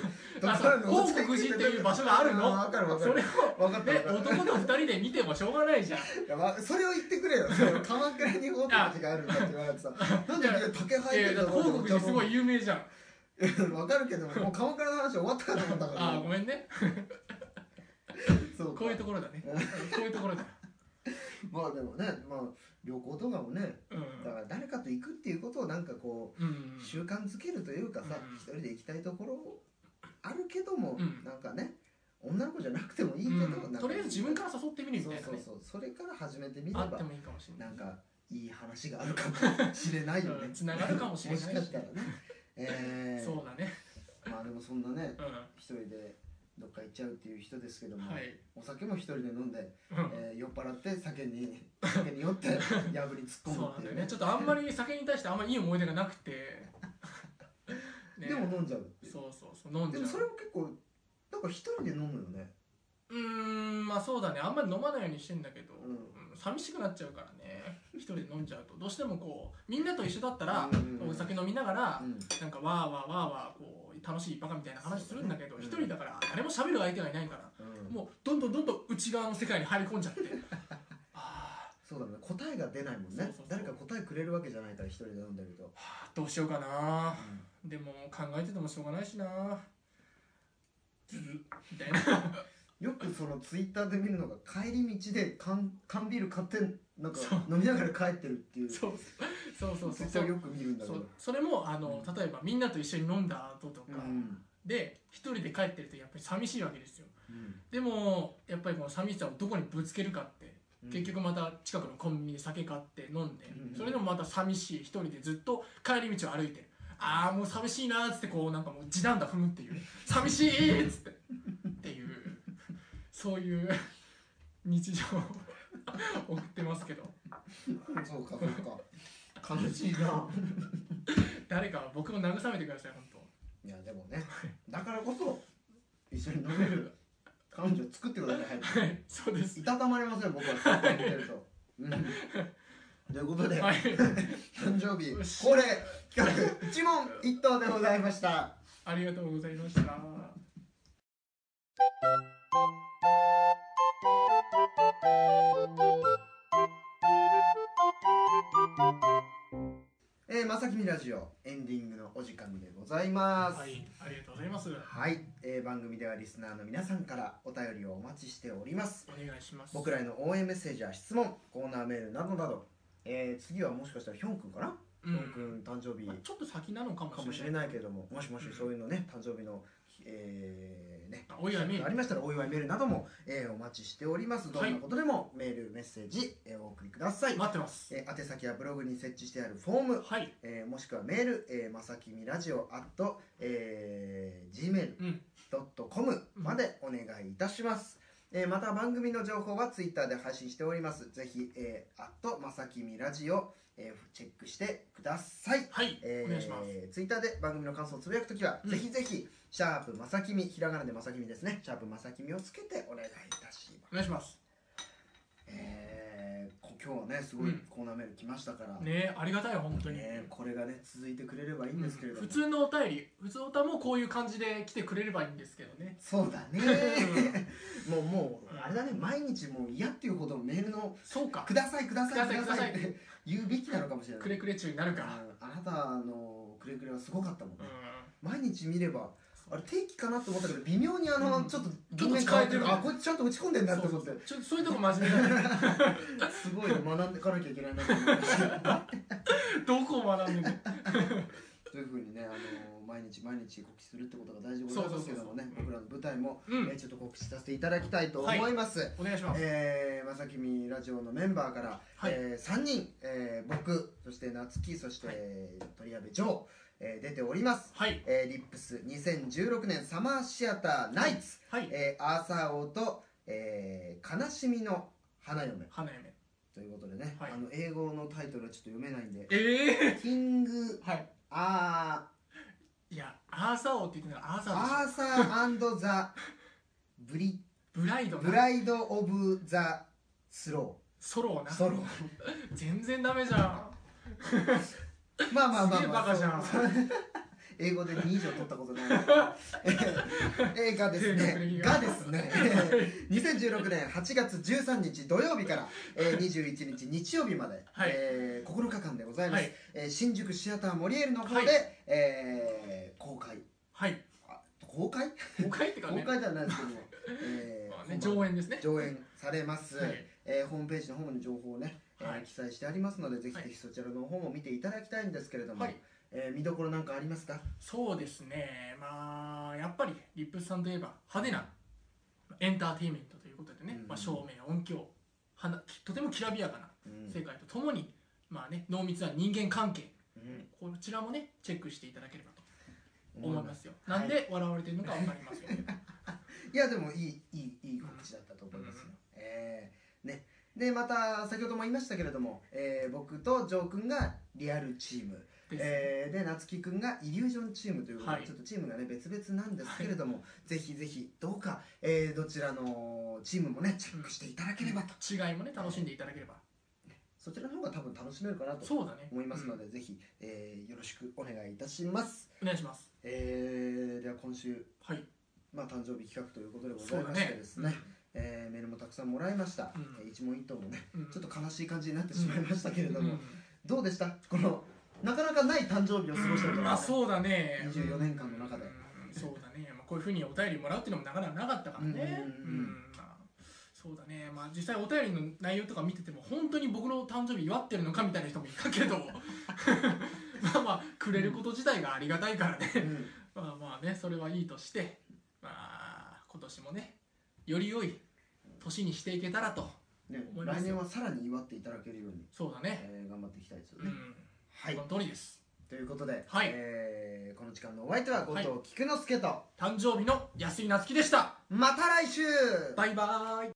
[SPEAKER 2] あそう報告寺っていう場所があるの
[SPEAKER 1] 分かる分か
[SPEAKER 2] それ
[SPEAKER 1] る
[SPEAKER 2] を
[SPEAKER 1] 分かった
[SPEAKER 2] ね
[SPEAKER 1] 分 かった
[SPEAKER 2] 男と2人で見てもしょうがないじゃん
[SPEAKER 1] いやわそれを言ってく れよその鎌倉に報告寺があるんだって言われてさなんでみんな竹生
[SPEAKER 2] い
[SPEAKER 1] え
[SPEAKER 2] や
[SPEAKER 1] てる
[SPEAKER 2] い
[SPEAKER 1] ん
[SPEAKER 2] やだって
[SPEAKER 1] だ
[SPEAKER 2] 報告寺すご
[SPEAKER 1] い
[SPEAKER 2] い有名じゃん
[SPEAKER 1] 分かるけどもう鎌倉の話終わったかと思ったから
[SPEAKER 2] あーごめんね
[SPEAKER 1] そうか
[SPEAKER 2] こういうところだねうんこういうところだ
[SPEAKER 1] まあでもねまあ旅行とかもね
[SPEAKER 2] うん
[SPEAKER 1] だから誰かと行くっていうことをなんかこう
[SPEAKER 2] うん
[SPEAKER 1] 習慣づけるというかさ、
[SPEAKER 2] うん
[SPEAKER 1] 一人で行きたいところあるけども、
[SPEAKER 2] うん
[SPEAKER 1] なんかね女の子じゃなくてもいいけど、なん
[SPEAKER 2] うん
[SPEAKER 1] か
[SPEAKER 2] とりあえず自分から誘ってみるみ
[SPEAKER 1] そ
[SPEAKER 2] た
[SPEAKER 1] う
[SPEAKER 2] いな
[SPEAKER 1] そう
[SPEAKER 2] ね
[SPEAKER 1] そうそれから始めてみれ
[SPEAKER 2] あ
[SPEAKER 1] ば
[SPEAKER 2] ってもいいかもしれな
[SPEAKER 1] ないんかいい話があるかもしれないよ
[SPEAKER 2] う
[SPEAKER 1] ね
[SPEAKER 2] ん繋がるかもしれないし
[SPEAKER 1] もしかした らねえー、
[SPEAKER 2] そうだね
[SPEAKER 1] まあでもそんなね
[SPEAKER 2] うん
[SPEAKER 1] 一人でどっか行っちゃうっていう人ですけども、
[SPEAKER 2] はい
[SPEAKER 1] お酒も一人で飲んで、
[SPEAKER 2] うん
[SPEAKER 1] えー酔っ払って酒に 酒に酔 って藪に突
[SPEAKER 2] そ
[SPEAKER 1] っ込
[SPEAKER 2] う
[SPEAKER 1] む
[SPEAKER 2] な
[SPEAKER 1] っ
[SPEAKER 2] ん
[SPEAKER 1] て
[SPEAKER 2] だ
[SPEAKER 1] い
[SPEAKER 2] よ
[SPEAKER 1] う
[SPEAKER 2] ねちょっとあんまり酒に対してあんまりいい思い出がなくて、ね
[SPEAKER 1] でも飲んじゃうっていう
[SPEAKER 2] そうそうそう飲ん
[SPEAKER 1] で
[SPEAKER 2] じゃう
[SPEAKER 1] もそれも結構なんか一人で飲むよね
[SPEAKER 2] うーんまあそうだねあんまり飲まないようにしてんだけど、
[SPEAKER 1] うん
[SPEAKER 2] うん寂しくなっちゃうからね一人で飲んじゃうとどうしてもこうみんなと一緒だったら、
[SPEAKER 1] うん
[SPEAKER 2] お酒飲みながら、
[SPEAKER 1] うん
[SPEAKER 2] なんかわーわーわーわーこう楽しいバカみたいな話するんだけど
[SPEAKER 1] そう
[SPEAKER 2] 一、
[SPEAKER 1] だね
[SPEAKER 2] 人だから誰も喋る相手がいないから、
[SPEAKER 1] うん
[SPEAKER 2] もうどんどんどんどん内側の世界に入り込んじゃってあ
[SPEAKER 1] そうだね答えが出ないもん
[SPEAKER 2] そう
[SPEAKER 1] ね
[SPEAKER 2] そうそう
[SPEAKER 1] 誰か答えくれるわけじゃないから一人で飲んでると
[SPEAKER 2] ーはあどうしようかな
[SPEAKER 1] うん
[SPEAKER 2] でも考えててもしょうがないしなず みたいな
[SPEAKER 1] よくそのツイッターで見るのが帰り道で缶缶ビール買ってなんか
[SPEAKER 2] そう
[SPEAKER 1] 飲みながら帰ってるっていう
[SPEAKER 2] そうそうそう
[SPEAKER 1] ツ
[SPEAKER 2] そ
[SPEAKER 1] イッター
[SPEAKER 2] うそう
[SPEAKER 1] よく見るんだけ
[SPEAKER 2] そ
[SPEAKER 1] ど
[SPEAKER 2] うそれもあの、例えばみんなと一緒に飲んだ後とか、
[SPEAKER 1] うん
[SPEAKER 2] で一人で帰ってるとやっぱり寂しいわけですよ
[SPEAKER 1] うん
[SPEAKER 2] でもやっぱりこの寂しさをどこにぶつけるかって、結局また近くのコンビニで酒買って飲んで、
[SPEAKER 1] うん
[SPEAKER 2] それでもまた寂しい一人でずっと帰り道を歩いてるああもう寂しいなーっつってこうなんかもう地団打踏むって いう寂しいっつってっていうそういう日常を送ってますけど
[SPEAKER 1] そうかそうか悲しいな
[SPEAKER 2] 誰か僕も慰めてください本当
[SPEAKER 1] いやでもねだからこそ一緒に飲める彼女を作ってください早く
[SPEAKER 2] はいそうです
[SPEAKER 1] いたたまれません僕はツイッター見てるとうんということで
[SPEAKER 2] はい
[SPEAKER 1] 誕生日
[SPEAKER 2] よし
[SPEAKER 1] 恒例企画一問一答でございました
[SPEAKER 2] ありがとうございました
[SPEAKER 1] えー、まさきみラジオエンディングのお時間でございます。
[SPEAKER 2] は
[SPEAKER 1] はい、
[SPEAKER 2] い、ありがとうございます。お
[SPEAKER 1] えー番組ではリスナーの皆さんからお便りをお待ちしております。
[SPEAKER 2] 願いします。
[SPEAKER 1] 僕らへの応援メッセージや質問、コーナーメールなどなど、えー次はもしかしたらヒョン君かな、
[SPEAKER 2] う
[SPEAKER 1] ヒョン
[SPEAKER 2] ん、
[SPEAKER 1] 君誕生日
[SPEAKER 2] まあちょっと先なのかも
[SPEAKER 1] か
[SPEAKER 2] しれ
[SPEAKER 1] も
[SPEAKER 2] ない
[SPEAKER 1] し。れないけれども、もしもし
[SPEAKER 2] うん
[SPEAKER 1] そういうのね、誕生日の、えーね、
[SPEAKER 2] お祝いメール
[SPEAKER 1] ありましたらお祝いメールなども、えーお待ちしております。どんなことでもメール、メッセージ、えーお送りください。
[SPEAKER 2] 待ってます。
[SPEAKER 1] えー宛先はブログに設置してあるフォーム、
[SPEAKER 2] はい、
[SPEAKER 1] えーもしくはメール、えー、まさきみラジオ at、え
[SPEAKER 2] うん、
[SPEAKER 1] ー、gmail.com までお願いいたします、えーまた番組の情報はツイッターで配信しておりますぜひ、えー、at まさきみラジオ、えーチェックしてください
[SPEAKER 2] はい、
[SPEAKER 1] え
[SPEAKER 2] お願いします。
[SPEAKER 1] ー、ツイッターで番組の感想をつぶやくときは、
[SPEAKER 2] うん
[SPEAKER 1] ぜひぜひ、シャープまさきみ、ひらがなでまさきみですね、シャープまさきみをつけてお願いいたします。
[SPEAKER 2] お願いします。
[SPEAKER 1] えー、こ今日はね、すごいコーナーメール来ましたから、
[SPEAKER 2] ね、ありがたい本当に。
[SPEAKER 1] ねこれがね続いてくれればいい
[SPEAKER 2] うん
[SPEAKER 1] んですけれども、
[SPEAKER 2] 普通のお便り、普通おたもこういう感じで来てくれればいいんですけどね。
[SPEAKER 1] そうだねもうもうあれだね毎日もう嫌っていうほどメールの
[SPEAKER 2] そ
[SPEAKER 1] 「
[SPEAKER 2] うか
[SPEAKER 1] く、ださいください
[SPEAKER 2] ください
[SPEAKER 1] ください」
[SPEAKER 2] くださ
[SPEAKER 1] って言うべきなのかもしれない
[SPEAKER 2] くれくれ中になるか。
[SPEAKER 1] うんあなたのくれくれはすごかったもん
[SPEAKER 2] う
[SPEAKER 1] ね
[SPEAKER 2] ん、
[SPEAKER 1] 毎日見ればあれ定期かなと思ったけど微妙にあの、
[SPEAKER 2] うん
[SPEAKER 1] ちょっと
[SPEAKER 2] ちょっと使えてる
[SPEAKER 1] あこいつちゃんと打ち込んでんだっ
[SPEAKER 2] そう
[SPEAKER 1] て
[SPEAKER 2] そ
[SPEAKER 1] 思っ
[SPEAKER 2] う
[SPEAKER 1] て
[SPEAKER 2] そうちょそういうとこ真面目だね
[SPEAKER 1] すごい学んでいかなきゃいけないなと思いました
[SPEAKER 2] どこを学んでも
[SPEAKER 1] というふうにね、あの毎日毎日告知するってことが大事でございますけどもね
[SPEAKER 2] そうそうそうそう
[SPEAKER 1] 僕らの舞台も、
[SPEAKER 2] うん
[SPEAKER 1] えーちょっと告知させていただきたいと思います、
[SPEAKER 2] お願いします、
[SPEAKER 1] えーまさきみラジオのメンバーから、
[SPEAKER 2] はい
[SPEAKER 1] えー3人、えー僕そして夏木そして、
[SPEAKER 2] はい
[SPEAKER 1] 鳥矢部城、えー出ております、
[SPEAKER 2] はい
[SPEAKER 1] えーリップス2016年サマーシアターナイツ、
[SPEAKER 2] はい、
[SPEAKER 1] えーアーサー王と、えー悲しみの花嫁
[SPEAKER 2] 花嫁
[SPEAKER 1] ということでね、
[SPEAKER 2] はい
[SPEAKER 1] あの英語のタイトルはちょっと読めないんで
[SPEAKER 2] ええ
[SPEAKER 1] キング
[SPEAKER 2] はい
[SPEAKER 1] アー
[SPEAKER 2] いやアーサー王って言ってたらアーサーでし
[SPEAKER 1] アーサーザ・ブリ
[SPEAKER 2] ょブライド
[SPEAKER 1] ブライド・オブ・ザ・スロ
[SPEAKER 2] ソロを
[SPEAKER 1] ー
[SPEAKER 2] な
[SPEAKER 1] ソロ
[SPEAKER 2] 全然ダメじゃん
[SPEAKER 1] まあまあまあ
[SPEAKER 2] すげえ
[SPEAKER 1] ま
[SPEAKER 2] バ
[SPEAKER 1] あ、
[SPEAKER 2] カじゃん
[SPEAKER 1] そう英語で2以上取ったことないえーがですねがです ねえー2016年8月13日土曜日から、えー、21日日曜日まで、
[SPEAKER 2] はい
[SPEAKER 1] えー9日間でございます、
[SPEAKER 2] はい
[SPEAKER 1] えー新宿シアターモリエールの方で、
[SPEAKER 2] はい
[SPEAKER 1] えー公開
[SPEAKER 2] はい
[SPEAKER 1] あ公開
[SPEAKER 2] 公開ってか
[SPEAKER 1] 公
[SPEAKER 2] ね
[SPEAKER 1] 開じゃないですけど も、え
[SPEAKER 2] まあ
[SPEAKER 1] ー
[SPEAKER 2] ね上演ですね
[SPEAKER 1] 上演されます、
[SPEAKER 2] はい
[SPEAKER 1] えーホームページの方に情報をね、えー
[SPEAKER 2] はい
[SPEAKER 1] 記載してありますのでぜひ
[SPEAKER 2] は
[SPEAKER 1] ぜ
[SPEAKER 2] い
[SPEAKER 1] ひそちらの方も見ていただきたいんですけれども、
[SPEAKER 2] はい
[SPEAKER 1] えー見どころなんかありますか
[SPEAKER 2] そうですねまあやっぱりリップスさんといえば派手なエンターテインメントということでね、
[SPEAKER 1] うん
[SPEAKER 2] まあ、照明音響はなとてもきらびやかな
[SPEAKER 1] うん
[SPEAKER 2] 世界とともに、まあね、濃密な人間関係
[SPEAKER 1] うん
[SPEAKER 2] こちらもねチェックしていただければと
[SPEAKER 1] 思
[SPEAKER 2] 思
[SPEAKER 1] い
[SPEAKER 2] い
[SPEAKER 1] ま
[SPEAKER 2] ますすよ、
[SPEAKER 1] はい
[SPEAKER 2] なんで笑われてるのか分かりま すよね
[SPEAKER 1] いやでもいいいいいい告知だったと思いますよ、
[SPEAKER 2] うん
[SPEAKER 1] えーねでまた先ほども言いましたけれども、えー僕とジョー君がリアルチーム、
[SPEAKER 2] です
[SPEAKER 1] えーで夏樹くんがイリュージョンチームということで、
[SPEAKER 2] はい
[SPEAKER 1] ちょっとチームがね別々なんですけれども、ぜひぜひどうか、えーどちらのチームもねチェックしていただければと、
[SPEAKER 2] 違いもね楽しんでいただければ
[SPEAKER 1] そちらの方が多分楽しめるかなと
[SPEAKER 2] そうだね
[SPEAKER 1] 思いますの
[SPEAKER 2] で、
[SPEAKER 1] で、ぜひ、えーよろしくお願いいたします、
[SPEAKER 2] うんお願いします
[SPEAKER 1] えーでは今週、
[SPEAKER 2] はい
[SPEAKER 1] まあ、誕生日企画ということでご
[SPEAKER 2] そ
[SPEAKER 1] ざいう
[SPEAKER 2] だ
[SPEAKER 1] まし
[SPEAKER 2] ね
[SPEAKER 1] てですねえーメールもたくさんもらいました、
[SPEAKER 2] うん
[SPEAKER 1] えー一問一答もね
[SPEAKER 2] うんうん
[SPEAKER 1] ちょっと悲しい感じになってしまいましたけれど
[SPEAKER 2] うん
[SPEAKER 1] も、どうでしたこのなかなかない誕生日を過ごしたんじゃ
[SPEAKER 2] うん
[SPEAKER 1] ない
[SPEAKER 2] あ
[SPEAKER 1] ですか
[SPEAKER 2] そうだね
[SPEAKER 1] 24年間の中で
[SPEAKER 2] うんそうだね、まあ、こういうふうにお便りもらうっていうのもなかなかなかったからね
[SPEAKER 1] うんうんうん
[SPEAKER 2] うんまあそうだね、まあ、実際お便りの内容とか見てても本当に僕の誕生日祝ってるのかみたいな人もいたけ どまあまあくれること自体がありがたいからね
[SPEAKER 1] うん
[SPEAKER 2] まあまあねそれはいいとしてまあ今年もねより良い年にしていけたらと
[SPEAKER 1] ね
[SPEAKER 2] 思います
[SPEAKER 1] 来年はさらに祝っていただけるように、
[SPEAKER 2] そうだね
[SPEAKER 1] えー頑張っていきたいですよ
[SPEAKER 2] う
[SPEAKER 1] ね、
[SPEAKER 2] ん
[SPEAKER 1] はい
[SPEAKER 2] この通りです
[SPEAKER 1] ということで、
[SPEAKER 2] はい
[SPEAKER 1] えーこの時間のお相手は後藤菊之助と、
[SPEAKER 2] 誕生日の安井夏樹でした
[SPEAKER 1] また来週
[SPEAKER 2] バイバーイ